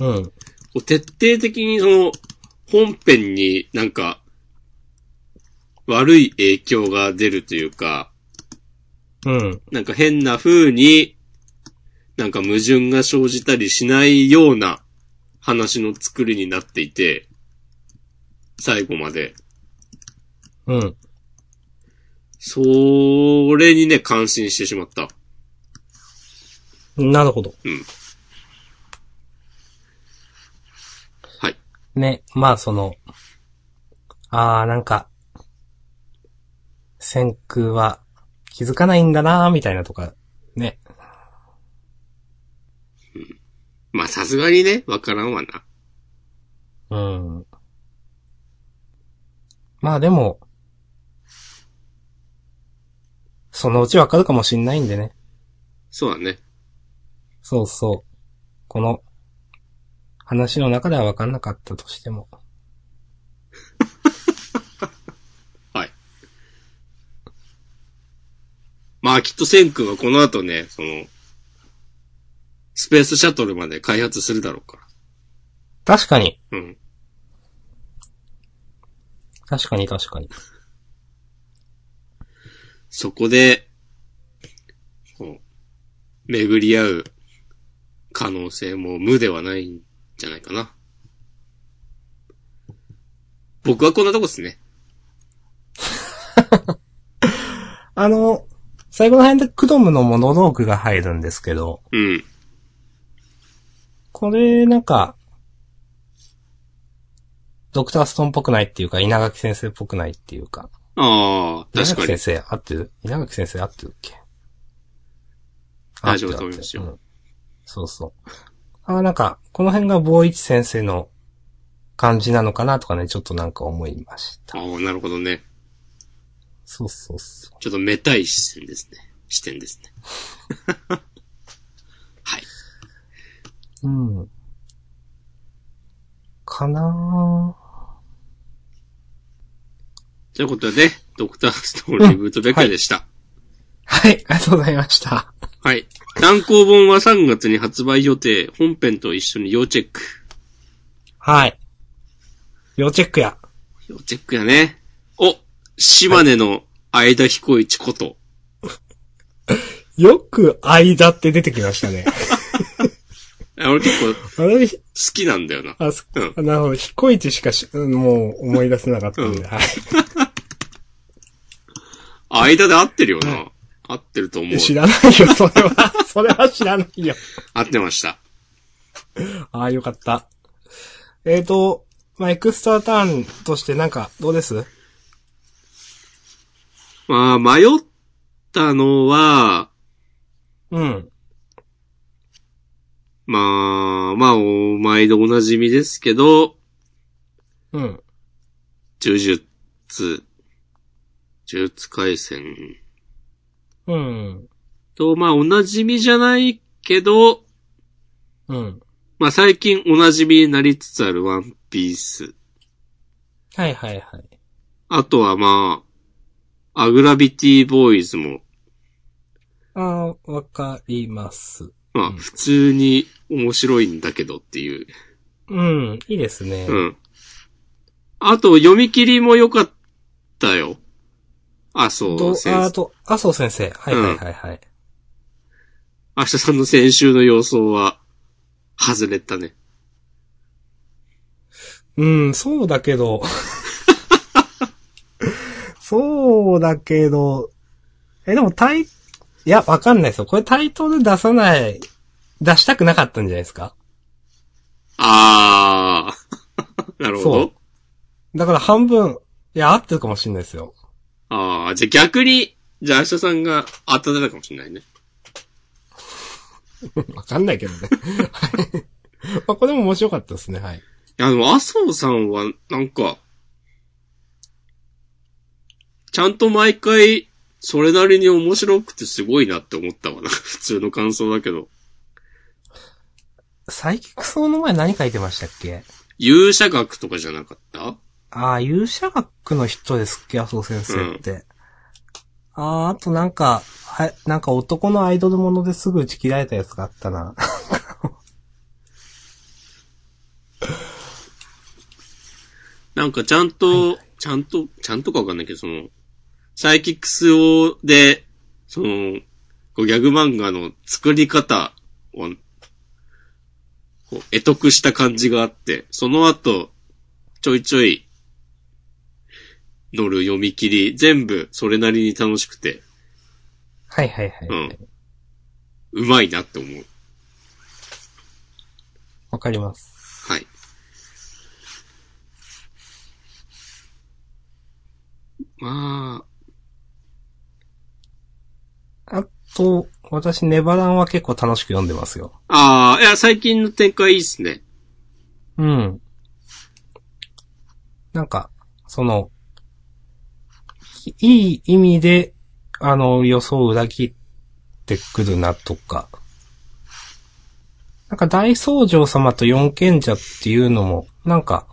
S2: うん。
S1: こう徹底的にその、本編になんか、悪い影響が出るというか、
S2: うん。
S1: なんか変な風に、なんか矛盾が生じたりしないような話の作りになっていて、最後まで。
S2: うん。
S1: それにね、感心してしまった。
S2: なるほど。
S1: はい。
S2: ね、まあその、あーなんか、先空は気づかないんだなーみたいなとか、ね。
S1: まあさすがにね、わからんわな。
S2: うん。まあでも、そのうちわかるかもしんないんでね。
S1: そうだね。
S2: そうそう。この、話の中ではわかんなかったとしても。
S1: はい。まあ、きっと千君はこの後ね、その、スペースシャトルまで開発するだろうか
S2: 確かに。
S1: ら。うん。
S2: 確かに確かに。
S1: そこで、こう、巡り合う可能性も無ではないんじゃないかな。僕はこんなとこですね。
S2: あの、最後の辺でクドムのモノローグが入るんですけど、
S1: うん。
S2: これ、なんか、ドクターストーンっぽくないっていうか、稲垣先生っぽくないっていうか。
S1: ああ、
S2: 稲
S1: 確
S2: 垣
S1: かに
S2: 先。生合ってる稲垣先生合ってるっけ
S1: 大丈夫
S2: 合ってる
S1: だと思いますよ
S2: 合ってるうんそうそう。あなんか、この辺が坊一先生の感じなのかなとかね、ちょっとなんか思いました。
S1: ああ、なるほどね。
S2: そうそうそう。
S1: ちょっとめたい視点ですね。視点ですね。はい。
S2: うん。かなぁ
S1: ということで、ドクターストーンリブートベッカーでした。
S2: はい、ありがとうございました。
S1: はい。単行本は3月に発売予定。本編と一緒に要チェック。
S2: はい。要チェックや。
S1: 要チェックやね。お、島根の相田彦一こと。
S2: よく間って出てきましたね。
S1: あ俺結構好
S2: あれ、ひ
S1: きなんだよな。
S2: あ、そ
S1: うん
S2: あなるほど。彦一しかし、うんもう思い出せなかったん
S1: うん
S2: で。はい。
S1: 間で合ってるよな。合ってると思う。
S2: 知らないよ、それは。 *laughs* それは知らないよ。
S1: 合ってました。
S2: ああ、よかった。えーと、まあ、エクストラターンとしてなんか、どうです
S1: まあ、迷ったのは、
S2: うん。
S1: まあ、まあ、お前でおなじみですけど、
S2: うん。
S1: 呪術、呪術回戦
S2: うん。
S1: と、まあ、おなじみじゃないけど、
S2: うん。
S1: まあ、最近おなじみになりつつあるワンピース。
S2: はいはいはい。
S1: あとはまあ、アグラビティボーイズも、
S2: ああ、わかります。
S1: まあ、
S2: うん
S1: 普通に面白いんだけどっていう。
S2: うん、いいですね。
S1: うん。あと、読み切りも良かったよ。あ、そう、
S2: と、
S1: 先
S2: あ
S1: 生
S2: ーと、麻生先生。はいはいはいはい。
S1: 明日さんの先週の予想は、外れたね。
S2: うん、そうだけど。 *laughs* そうだけど。え、でもタイ、いや、わかんないですよ。これタイトル出さない、出したくなかったんじゃないですか
S1: あー。 *laughs* なるほ
S2: そう
S1: ど。
S2: だから半分、いや、合ってるかもしれないですよ。
S1: あー。じゃあ逆に、じゃあ明日さんが当たってたかもしれないね。
S2: わかんないけどね。はい *laughs* まあ、これも面白かったですね、はい。
S1: いや、でも麻生さんは、なんか、ちゃんと毎回、それなりに面白くてすごいなって思ったわな。 *laughs* 普通の感想だけど。
S2: サイキック層の前何書いてましたっけ
S1: 勇者学とかじゃなかった
S2: ああ、勇者学の人ですっけ、麻生先生って。ああ、あとなんか、はい、なんか男のアイドルものですぐ打ち切られたやつがあったな。
S1: なんかちゃんと、ちゃんと、ちゃんとかわかんないけど、その、サイキックスを、で、その、こうギャグ漫画の作り方を、こう、得得した感じがあって、その後、ちょいちょい、乗る読み切り、全部それなりに楽しくて、
S2: *laughs* はいはいはい。
S1: う
S2: わ、
S1: ん。うまいなって思う。
S2: かります。
S1: はい。まあ、
S2: あと、私、ネバランは結構楽しく読んでますよ。
S1: ああ、いや、最近の展開いいっすね。
S2: うん。なんか、その、いいい意味で、あの、予想を裏切ってくるなとか。なんか大僧正様と四賢者っていうのも、なんか、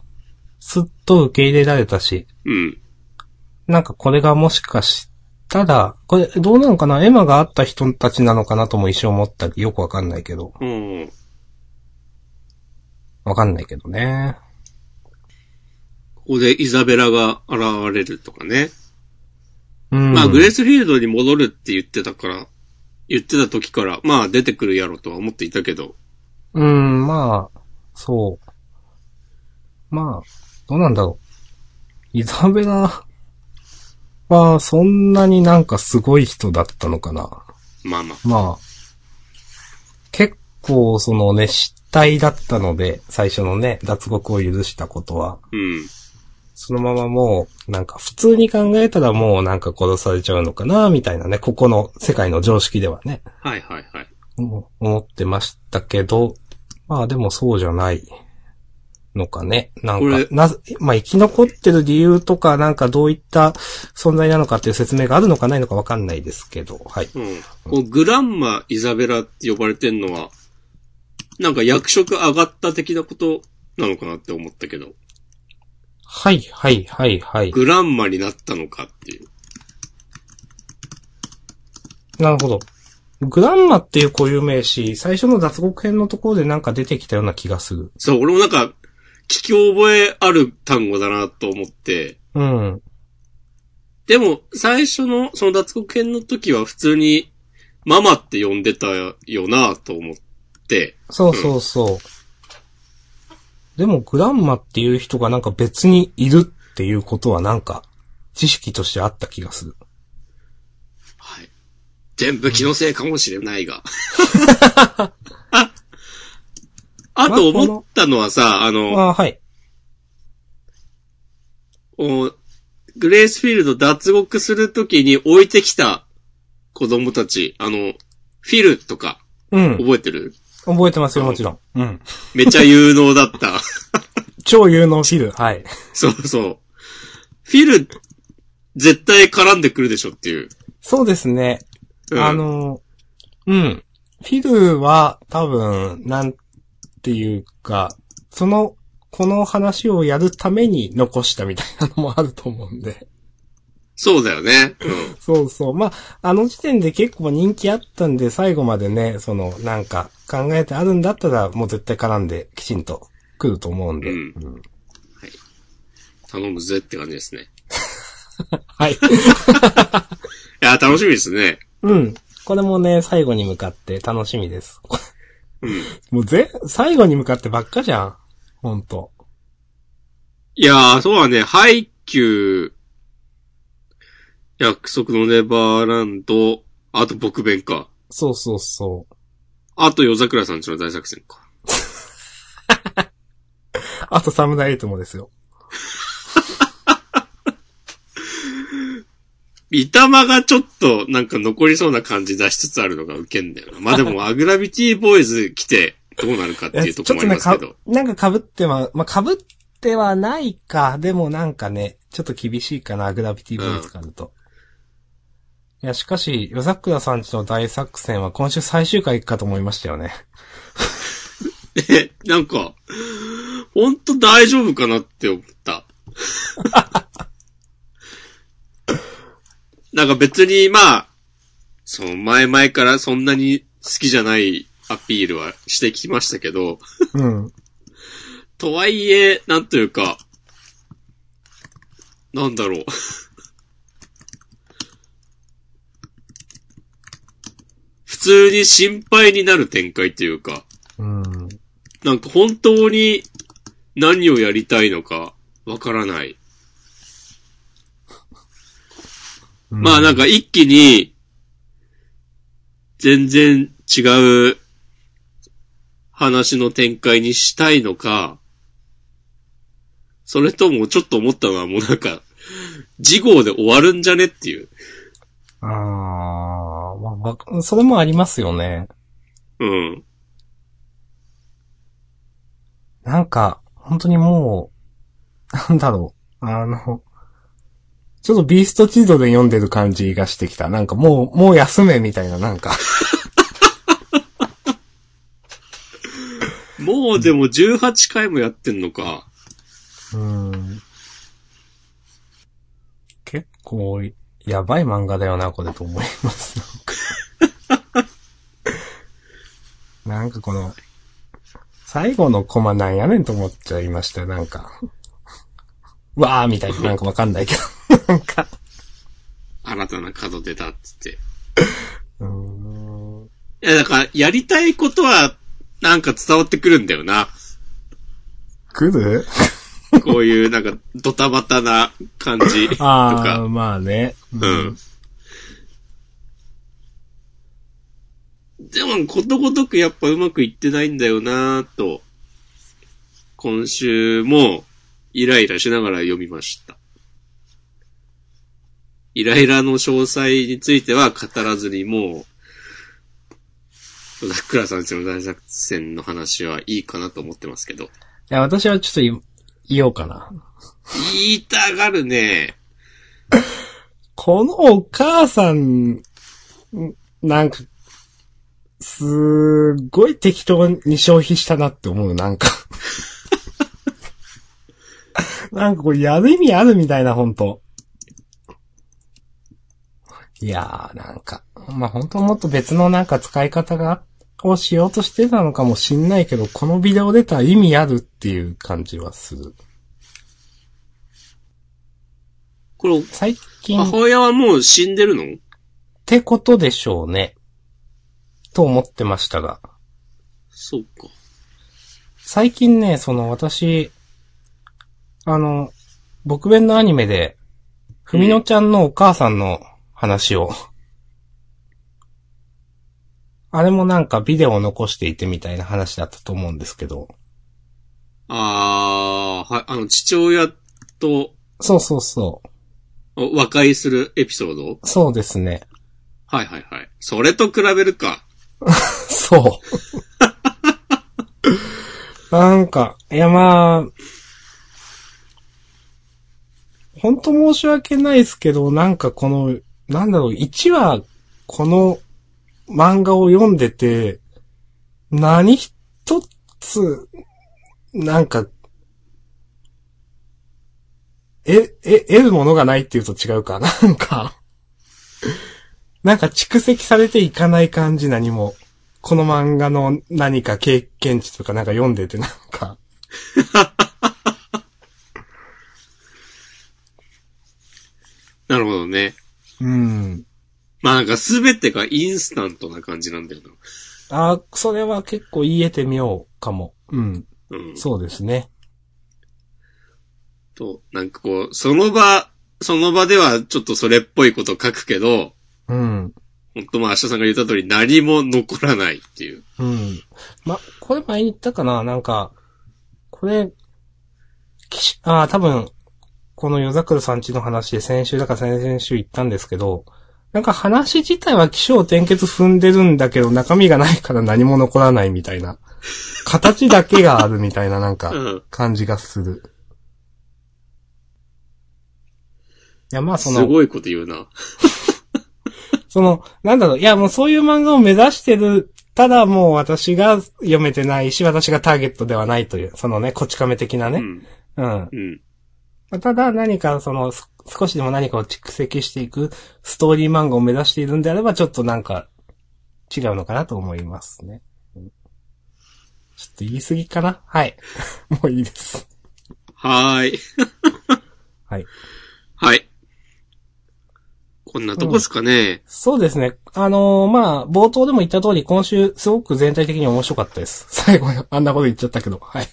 S2: すっと受け入れられたし、
S1: うん。
S2: なんかこれがもしかしたら、これどうなのかなエマがあった人たちなのかなとも一生思ったり、よくわかんないけど。
S1: うん。
S2: わかんないけどね。
S1: ここでイザベラが現れるとかね。
S2: うん。
S1: まあ、グレースフィールドに戻るって言ってたから、言ってた時から、まあ出てくるやろとは思っていたけど、
S2: うん、まあ、そう。まあ、どうなんだろう。イザベラ *laughs* は、そんなになんかすごい人だったのかな。
S1: まあまあ。
S2: まあ、結構、そのね、失態だったので、最初のね、脱獄を許したことは、
S1: うん。
S2: そのままもう、なんか普通に考えたらもうなんか殺されちゃうのかな、みたいなね、ここの世界の常識ではね。
S1: はいはいはい。
S2: 思ってましたけど、まあでもそうじゃないのかね。なんか
S1: これ、
S2: なぜ、まあ生き残ってる理由とか、なんかどういった存在なのかっていう説明があるのかないのかわかんないですけど、はい。
S1: うん。こう、グランマ・イザベラって呼ばれてんのは、なんか役職上がった的なことなのかなって思ったけど、
S2: はい、はい、はい、はい。
S1: グランマになったのかっていう。
S2: なるほど。グランマっていう固有名詞、最初の脱獄編のところでなんか出てきたような気がする。
S1: そう、俺もなんか、聞き覚えある単語だなと思って、
S2: うん。
S1: でも、最初の、その脱獄編の時は普通に、ママって呼んでたよなと思って、
S2: そうそうそう。でも、グランマっていう人がなんか別にいるっていうことはなんか、知識としてあった気がする。
S1: はい。全部気のせいかもしれないが。 *laughs* あ、あと思ったのはさ、あの、
S2: ああ、はい。
S1: おグレースフィールド脱獄するときに置いてきた子供たち、あの、フィルとか、
S2: うん。
S1: 覚えてる
S2: 覚えてますよ、もちろん。うん。
S1: めっちゃ有能だった。 *laughs*
S2: 超有能フィル。はい。
S1: そうそう。フィル、絶対絡んでくるでしょっていう。
S2: そうですね。
S1: うん
S2: あの、うん。フィルは多分、なんていうか、その、この話をやるために残したみたいなのもあると思うんで。
S1: そうだよね。うん。
S2: そうそう。まあ、あの時点で結構人気あったんで、最後までね、その、なんか、考えてあるんだったら、もう絶対絡んで、きちんと来ると思うんで。
S1: うん
S2: うん
S1: 頼むぜって感じですね。
S2: はい。 *laughs*
S1: いや、楽しみですね。
S2: うん。これもね、最後に向かって楽しみです。
S1: うん。
S2: もうぜ、最後に向かってばっかじゃん。ほんと。
S1: いやー、そうはね、ハイキュー、約束のネバーランド、あと僕弁か。
S2: そうそうそう。
S1: あと夜桜さんちの大作戦か。
S2: あと、サムダイエイトもですよ。
S1: 三玉がちょっとなんか残りそうな感じ出しつつあるのがウケんだよな。まあでも、アグラビティボーイズ来てどうなるかっていうとこもありますけ
S2: ちょっ
S1: ど
S2: と。ね、かなんか被っては、まあ、被ってはないか。でもなんかね、ちょっと厳しいかな、グラビティボーイズからだと。いや、しかし、夜桜さんちの大作戦は今週最終回かと思いましたよね。
S1: で、なんか、ほんと大丈夫かなって思った。 *laughs* なんか別に、まあ、その前々からそんなに好きじゃないアピールはしてきましたけど、
S2: うん。
S1: とはいえ、なんというか、なんだろう。 *laughs* 普通に心配になる展開というか、
S2: うん。
S1: なんか本当に何をやりたいのかわからない。まあなん
S2: か、
S1: か一気に、全然違う話の展開にしたいのか、それともちょっと思ったのはもうなんか、事号で終わるんじゃねっていう。
S2: あー、まあわか、それもありますよね。
S1: うん。
S2: なんか、本当にもう、なんだろう。あの、ちょっとビーストチードで読んでる感じがしてきた。なんかもう、もう休めみたいな、なんか。
S1: もうでも18回もやってんのか。
S2: うん。結構、やばい漫画だよな、これと思います。なんかなんかこの、最後のコマなんやねんと思っちゃいましたよ、なんか。わーみたいな、なんかわかんないけど。なんか。
S1: 新たな角出たっつって。
S2: *laughs* うーん。
S1: いやだから、やりたいことは、なんか伝わってくるんだよな。
S2: 来る
S1: こういうなんか、ドタバタな感じと
S2: ああ、
S1: か。
S2: まあね。う
S1: うん。。でも、ことごとくやっぱうまくいってないんだよなぁと、今週も、イライラしながら読みました。イライラの詳細については語らずにもう、ザックラさんちの大作戦の話はいいかなと思ってますけど。
S2: いや、私はちょっと言、言おうかな。
S1: 言いたがるね。
S2: このお母さん、んなんか、すーごい適当に消費したなって思う、なんか。 *laughs* なんかこれやる意味あるみたいな、ほんと。いやー、なんか、まあ、ほんともっと別のなんか使い方が、をしようとしてたのかもしんないけど、このビデオ出たら意味あるっていう感じはする。
S1: これ、
S2: 最近。
S1: 母親はもう死んでるの
S2: ってことでしょうね。と思ってましたが。
S1: そうか。
S2: 最近ね、その私、あの、僕弁のアニメで、ふみのちゃんのお母さんの話を、あれもなんかビデオを残していてみたいな話だったと思うんですけど、
S1: あー、はい、あの、父親と
S2: そうそうそ
S1: お和解するエピソード
S2: う、そうですね。
S1: はいはいはい。それと比べるか。
S2: そう。なんか、いやまあ、ほんと申し訳ないですけど、なんかこの、なんだろう、1話、この漫画を読んでて、何一つ、なんか、え、え、得るものがないっていうと違うか。なんか、なんか蓄積されていかない感じ何も。この漫画の何か経験値とかなんか読んでてなんか。
S1: なるほどね。
S2: うん。
S1: まあなんかすべてがインスタントな感じなんだよ
S2: あそれは結構言えてみようかも。うん。
S1: な。うん。
S2: そうですね。
S1: と、なんかこう、その場、その場ではちょっとそれっぽいこと書くけど、
S2: うん。
S1: ほんとまあ明日さんが言った通り何も残らないっていう。
S2: うん。ま、これ前に言ったかななんか、これ、岸ああ、多分、この夜桜さんちの話で先週だから先々週言ったんですけど、なんか話自体は起承転結踏んでるんだけど中身がないから何も残らないみたいな。形だけがあるみたいな *laughs* なんか。
S1: うん。
S2: 感じがする。いや、まあそ
S1: す
S2: の、
S1: ごいこと言うな。
S2: その、なんだろう、いやもうそういう漫画を目指してる、ただもう私が読めてないし、私がターゲットではないという、そのね、こち亀的な
S1: う
S2: ね。
S1: ん。
S2: うん。
S1: うん。
S2: ただ何かその、す少しでも何かを蓄積していくストーリー漫画を目指しているんであれば、ちょっとなんか、違うのかなと思いますね。ちょっと言い過ぎかなはい。 *laughs* もういいです。
S1: はーい。
S2: はい。
S1: はい。こんなとこっすかね。
S2: そうですね。あのーまあ、冒頭でも言った通り、今週、すごく全体的に面白かったです。 *laughs* 最後、あんなこと言っちゃったけど。はい。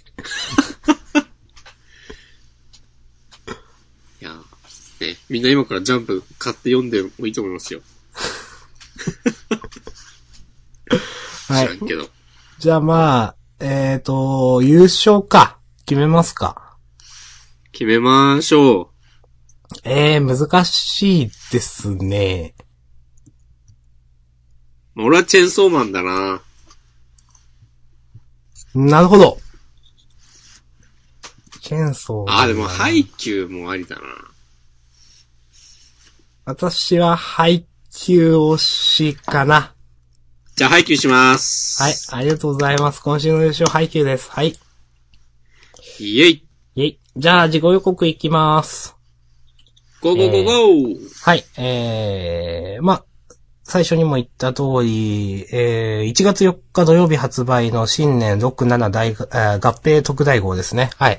S1: いやー、ね、みんな今からジャンプ買って読んでもいいと思いますよ。
S2: は
S1: 知ら
S2: い。
S1: んけど。
S2: じゃあまあ、えっ、と、優勝か。決めますか。
S1: 決めましょう。
S2: えー、難しいですね。
S1: まあ俺はチェーンソーマンだな。
S2: なるほど。チェーンソー。
S1: あー、でも、ハイキューもありだな。
S2: 私は配給推しかな。
S1: じゃあ、ハイキューします。
S2: はい。ありがとうございます。今週の優勝配給です。はい。
S1: イェイ。
S2: イェイ。じゃあ、自己予告いきます。
S1: ゴーゴーゴーゴー。
S2: はい、えー、まあ、最初にも言った通り、えー、1月4日土曜日発売の新年67大、えー合併特大号ですね。はい。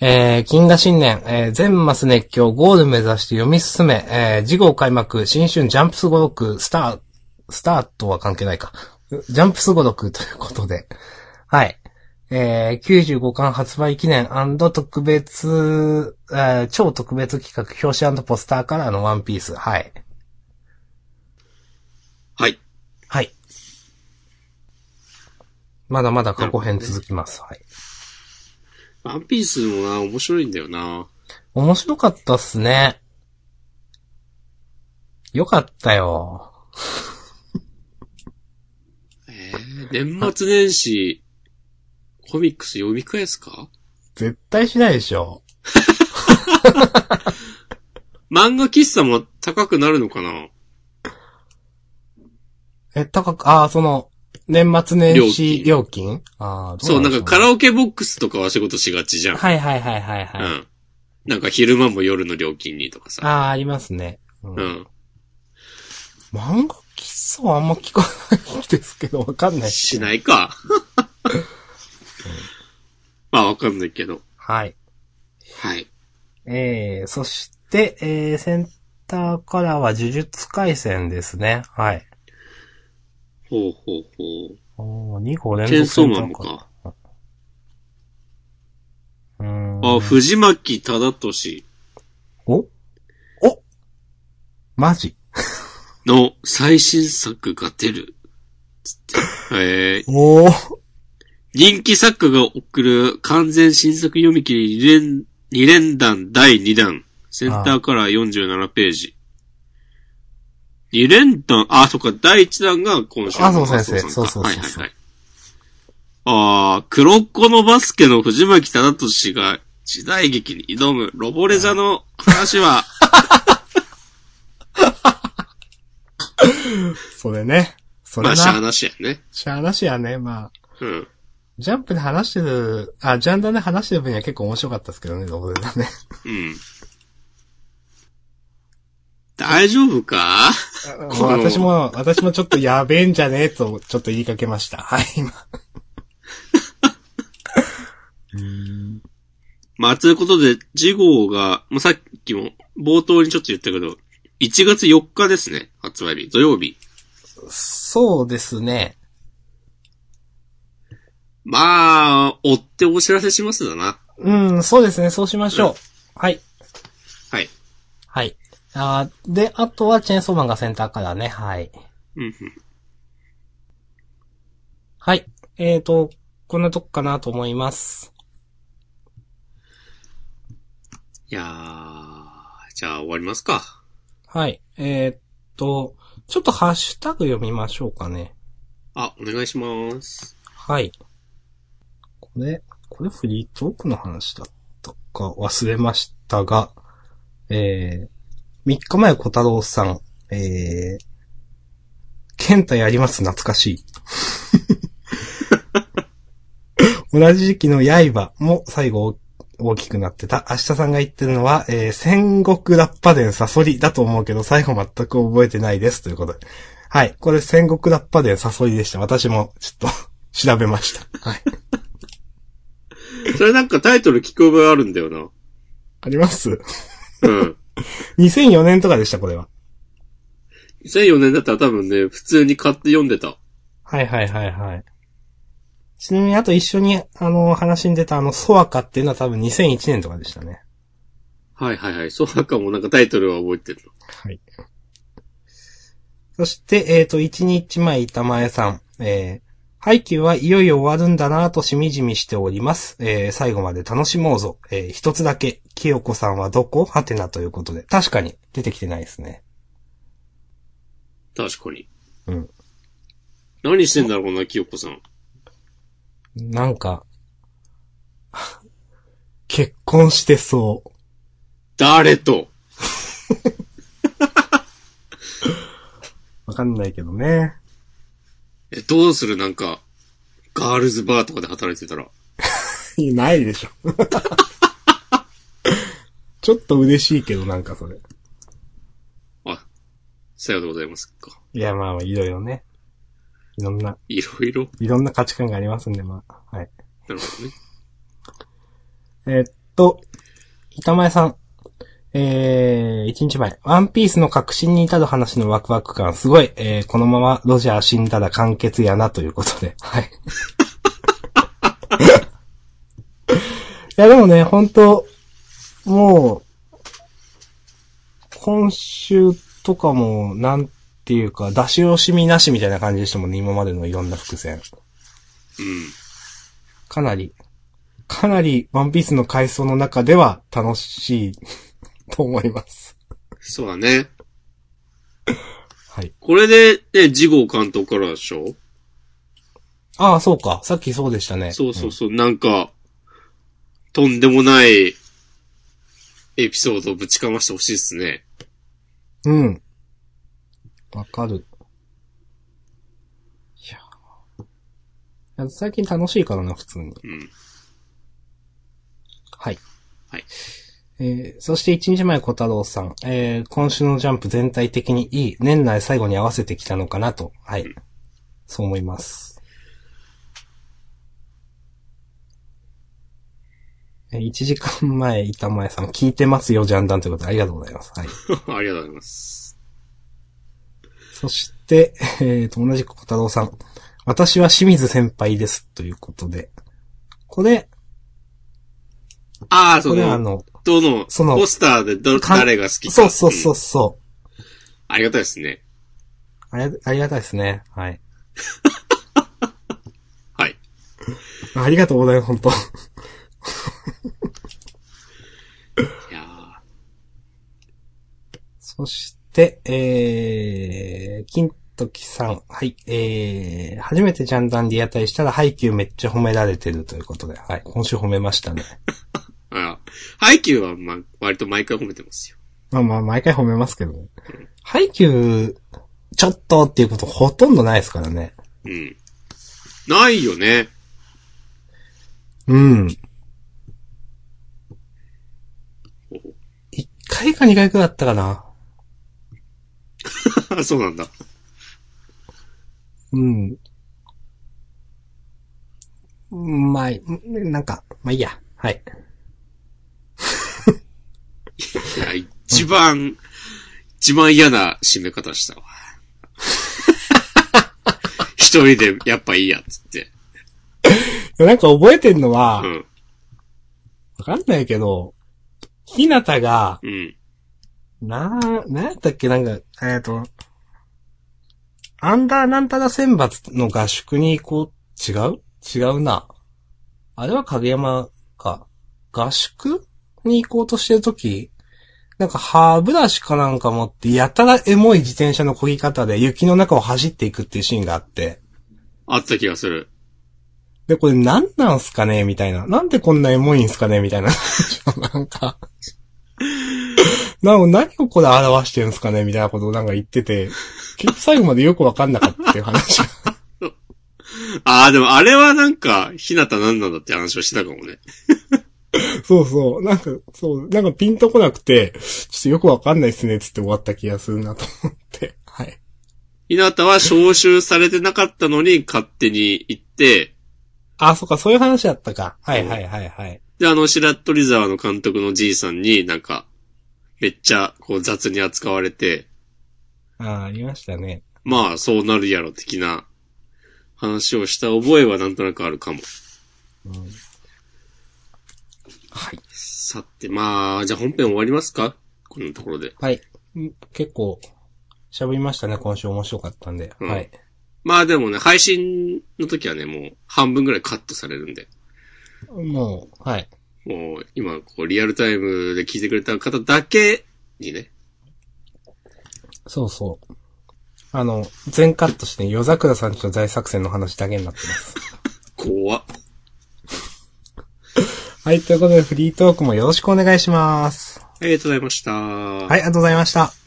S2: えー、金河新年、えー、全マス熱狂、ゴール目指して読み進め、えー、次号開幕、新春ジャンプス語録、スター、スターとは関係ないか。ジャンプス語録ということで。はい。えー、95巻発売記念特別、えー超特別企画、表紙ポスターからのワンピース。はい。
S1: はい。
S2: はい。まだまだ過去編続きます。はい。
S1: ワンピースもな、面白いんだよな。
S2: 面白かったっすね。よかったよ。
S1: ええ年末年始、コミックス読み返すか
S2: 絶対しないでしょ。
S1: 漫画喫茶も高くなるのかな
S2: え、高く、ああ、その、年末年始料金ああ、
S1: そう、なんかカ
S2: ら
S1: ラオケボックスとかは仕事しがちじゃん。
S2: はいはいはいはいうはい。あ
S1: ん。なんか昼間も夜の料金にとかさ。
S2: あー、ありますね。うん
S1: うん。
S2: 漫画喫茶はあんま聞かないですけど、わかんない。
S1: しないか。まあわかんないけど。
S2: はい。
S1: はい。
S2: えー、そして、えー、センターからは呪術回戦ですね。はい。
S1: ほうほうほう。
S2: おー、2個連
S1: チェ
S2: 続
S1: ン
S2: セ
S1: ソー
S2: ン
S1: マ
S2: タ
S1: ン
S2: ー
S1: もか。
S2: うーん。
S1: あ、藤巻忠俊
S2: おおマジ
S1: の最新作が出る。つって。えー、
S2: おー。
S1: 人気作家が送る完全新作読み切り2連、二連弾第2弾。センターカラー47ページ。2連弾、あ、そっか、第1弾が今週の
S2: 麻生先生
S1: 麻生さんか
S2: そうそうそうそう
S1: はいはいはい。あー、黒子のバスケの藤巻忠俊が時代劇に挑むロボレザの話は、
S2: それね。そ
S1: ま
S2: れ
S1: あ、しゃあ
S2: な。
S1: なしやね。
S2: しゃあなしやね。まあ、
S1: うん。
S2: ジャンプで話してる、あ、ジャンダンで話してる分には結構面白かったですけどね、どうだね。
S1: うん。大丈夫か
S2: もう私も、私もちょっとやべえんじゃねえと、ちょっと言いかけました。はい、今。
S1: まあ、ということで、次号が、まあ、さっきも冒頭にちょっと言ったけど、1月4日ですね、発売日、土曜日。
S2: そうですね。
S1: まあ、追ってお知らせしますだな。
S2: うん、そうですね、そうしましょう。はい。
S1: はい。
S2: はい。あーで、あとはチェーンソーマンがセンターからね、はい。
S1: うんうん。
S2: はい。えーと、こんなとこかなと思います。
S1: いやー、じゃあ終わりますか。
S2: はい。えーと、ちょっとハッシュタグ読みましょうかね。
S1: あ、お願いします。
S2: はい。これ、これフリートークの話だったか忘れましたが、えー、3日前小太郎さん、えー、ケンタやります懐かしい。 *laughs* 同じ時期の刃も最後大きくなってた。明日さんが言ってるのは、えー、戦国ラッパ伝サソリだと思うけど、最後全く覚えてないです。ということで。はい。これ戦国ラッパ伝サソリでした。私もちょっと調べました。はい。
S1: それなんかタイトル聞く覚えあるんだよな。
S2: あります
S1: うん。 *laughs*
S2: ?2004 年とかでした、これは。
S1: 2004年だったら多分ね、普通に買って読んでた。
S2: はいはいはいはい。ちなみに、あと一緒に、あの、話に出たあの、ソアカっていうのは多分2001年とかでしたね。
S1: はいはいはい。そうなんかもなんかタイトルは覚えてるの。
S2: はい。そして、えっ、と、一日前板前さん、えー配給はいよいよ終わるんだなぁとしみじみしております。えー最後まで楽しもうぞ。えー一つだけ、清子さんはどこはてなということで。確かに、出てきてないですね。
S1: 確かに。
S2: うん。
S1: 何してんだろうな、清子さん。
S2: なんか、 *laughs* 結婚してそう。
S1: 誰と
S2: わかんないけどね。
S1: え、どうするなんか、ガールズバーとかで働いてたら。
S2: いや *laughs* ないでしょ。 *laughs* ちょっと嬉しいけど、なんかそれ。
S1: あ、さようでございますか。
S2: いや、まあ、いろいろね。いろんな、
S1: いろいろ。
S2: いろんな価値観がありますんで、まあ。はい。
S1: なるほどね。
S2: えーっと、板前さん。えー、一日前。ワンピースの革新に至る話のワクワク感、すごい。えー、このままロジャー死んだら完結やな、ということで。 *laughs* はい。いや、でもね、本当もう、今週とかも、なんていうか、出し惜しみなしみたいな感じでしたもんね、今までのいろんな伏
S1: う
S2: 線。
S1: ん。
S2: かなり、かなりワンピースの回想の中では楽しいと思います。
S1: そうだね。
S2: はい。
S1: これで、ね、次号監督からでしょ
S2: ああ、そうか。さっきそうでしたね。
S1: そうそうそう、なんか、とんでもないエピソードをぶちかましてほしいですね。 *laughs*
S2: うん。わかる。いやーいや。最近楽しいからな、普通に。
S1: うん。
S2: はい。
S1: はい。
S2: えーそして一日前小太郎さん、えー今週のジャンプ全体的にいい、年内最後に合わせてきたのかなと、はい。そう思います。え1時間前、板前さん、聞いてますよ、ジャンダンということで、ありがとうございます。はい。
S1: ありがとうございます。
S2: そして、えーと、同じく小太郎さん。私は清水先輩です。ということで。これ、
S1: ああ、
S2: こ
S1: そ
S2: れ
S1: の、
S2: あの、
S1: どの、
S2: その
S1: ポスターでど、
S2: かん
S1: 誰が好きか。
S2: そうそうそうんそ
S1: ありがたいですね。
S2: う。ありありがたいですね。はい。
S1: はい。
S2: ありがとうございます、本当 *laughs*
S1: いやー
S2: そして、えー、金時さん。はい。えー、初めてジャンダンで屋台したら、ハイキューめっちゃ褒められてるということで。はい。今週褒めましたね。
S1: あハイキューは、まあ、割と毎回褒めてますよ。
S2: まあまあ、毎回褒めますけどね。ハイキュー、ちょっとっていうことほとんどないですからね。
S1: うん。ないよね。 *laughs*
S2: うん。
S1: ほほ
S2: 一回か二回くらいだったかな。
S1: そうなんだ。
S2: うん。まあ、なんか、まあいいや。はい。
S1: いや、一番、一番嫌な締め方したわ。 *laughs* 一人で、やっぱいいや、つって。
S2: なんか覚えてんのは、
S1: う
S2: わ
S1: ん。
S2: かんないけど、ひなたが、
S1: うん。
S2: なー、なんやったっけ、なんか、えっ、と、アンダーなんたら選抜の合宿に行こう。違う違うな。あれは影山か。合宿に行こうとしてるとき、なんか歯ブラシかなんか持って、やたらエモい自転車の漕ぎ方で雪の中を走っていくっていうシーンがあって、
S1: あった気がする。
S2: で、これなんなんすかねみたいな。なんでこんなエモいんすかねみたいな。 *laughs* なんか。なお、何をこれ表してるんすかねみたいなことをなんか言ってて、結局最後までよくわかんなかったっていう話。 *laughs*
S1: ああ、でもあれはなんか、ひなた何なんだって話をしてたかもね。
S2: そうそう。なんか、そう、なんかピンとこなくて、ちょっとよくわかんないっすね、つって終わった気がするなと思って。はい。
S1: ひなたは招集されてなかったのに勝手に行って、
S2: あ、そっか、そういう話だったか。はいはいはいはい。
S1: で、あの、白鳥沢の監督のじいさんになんか、めっちゃ、こう雑に扱われて、
S2: ああ、ありましたね。
S1: まあ、そうなるやろ、的な話をした覚えはなんとなくあるかも。
S2: はい。
S1: さて、まあ、じゃあ本編終わりますかこんなところで。
S2: はい。ん結構、喋りましたね、今週面白かったんで。
S1: うん
S2: はい。
S1: まあでもね、配信の時はね、もう半分ぐらいカットされるんで。
S2: もう、はい。
S1: もう、今、こう、リアルタイムで聞いてくれた方だけにね。
S2: そうそう。あの、全カットして、夜桜さんちの大作戦の話だけになってます。
S1: 怖っ。
S2: はい、ということでフリートークもよろしくお願いします。
S1: ありがとうございました。は
S2: はい、ありがとうございました。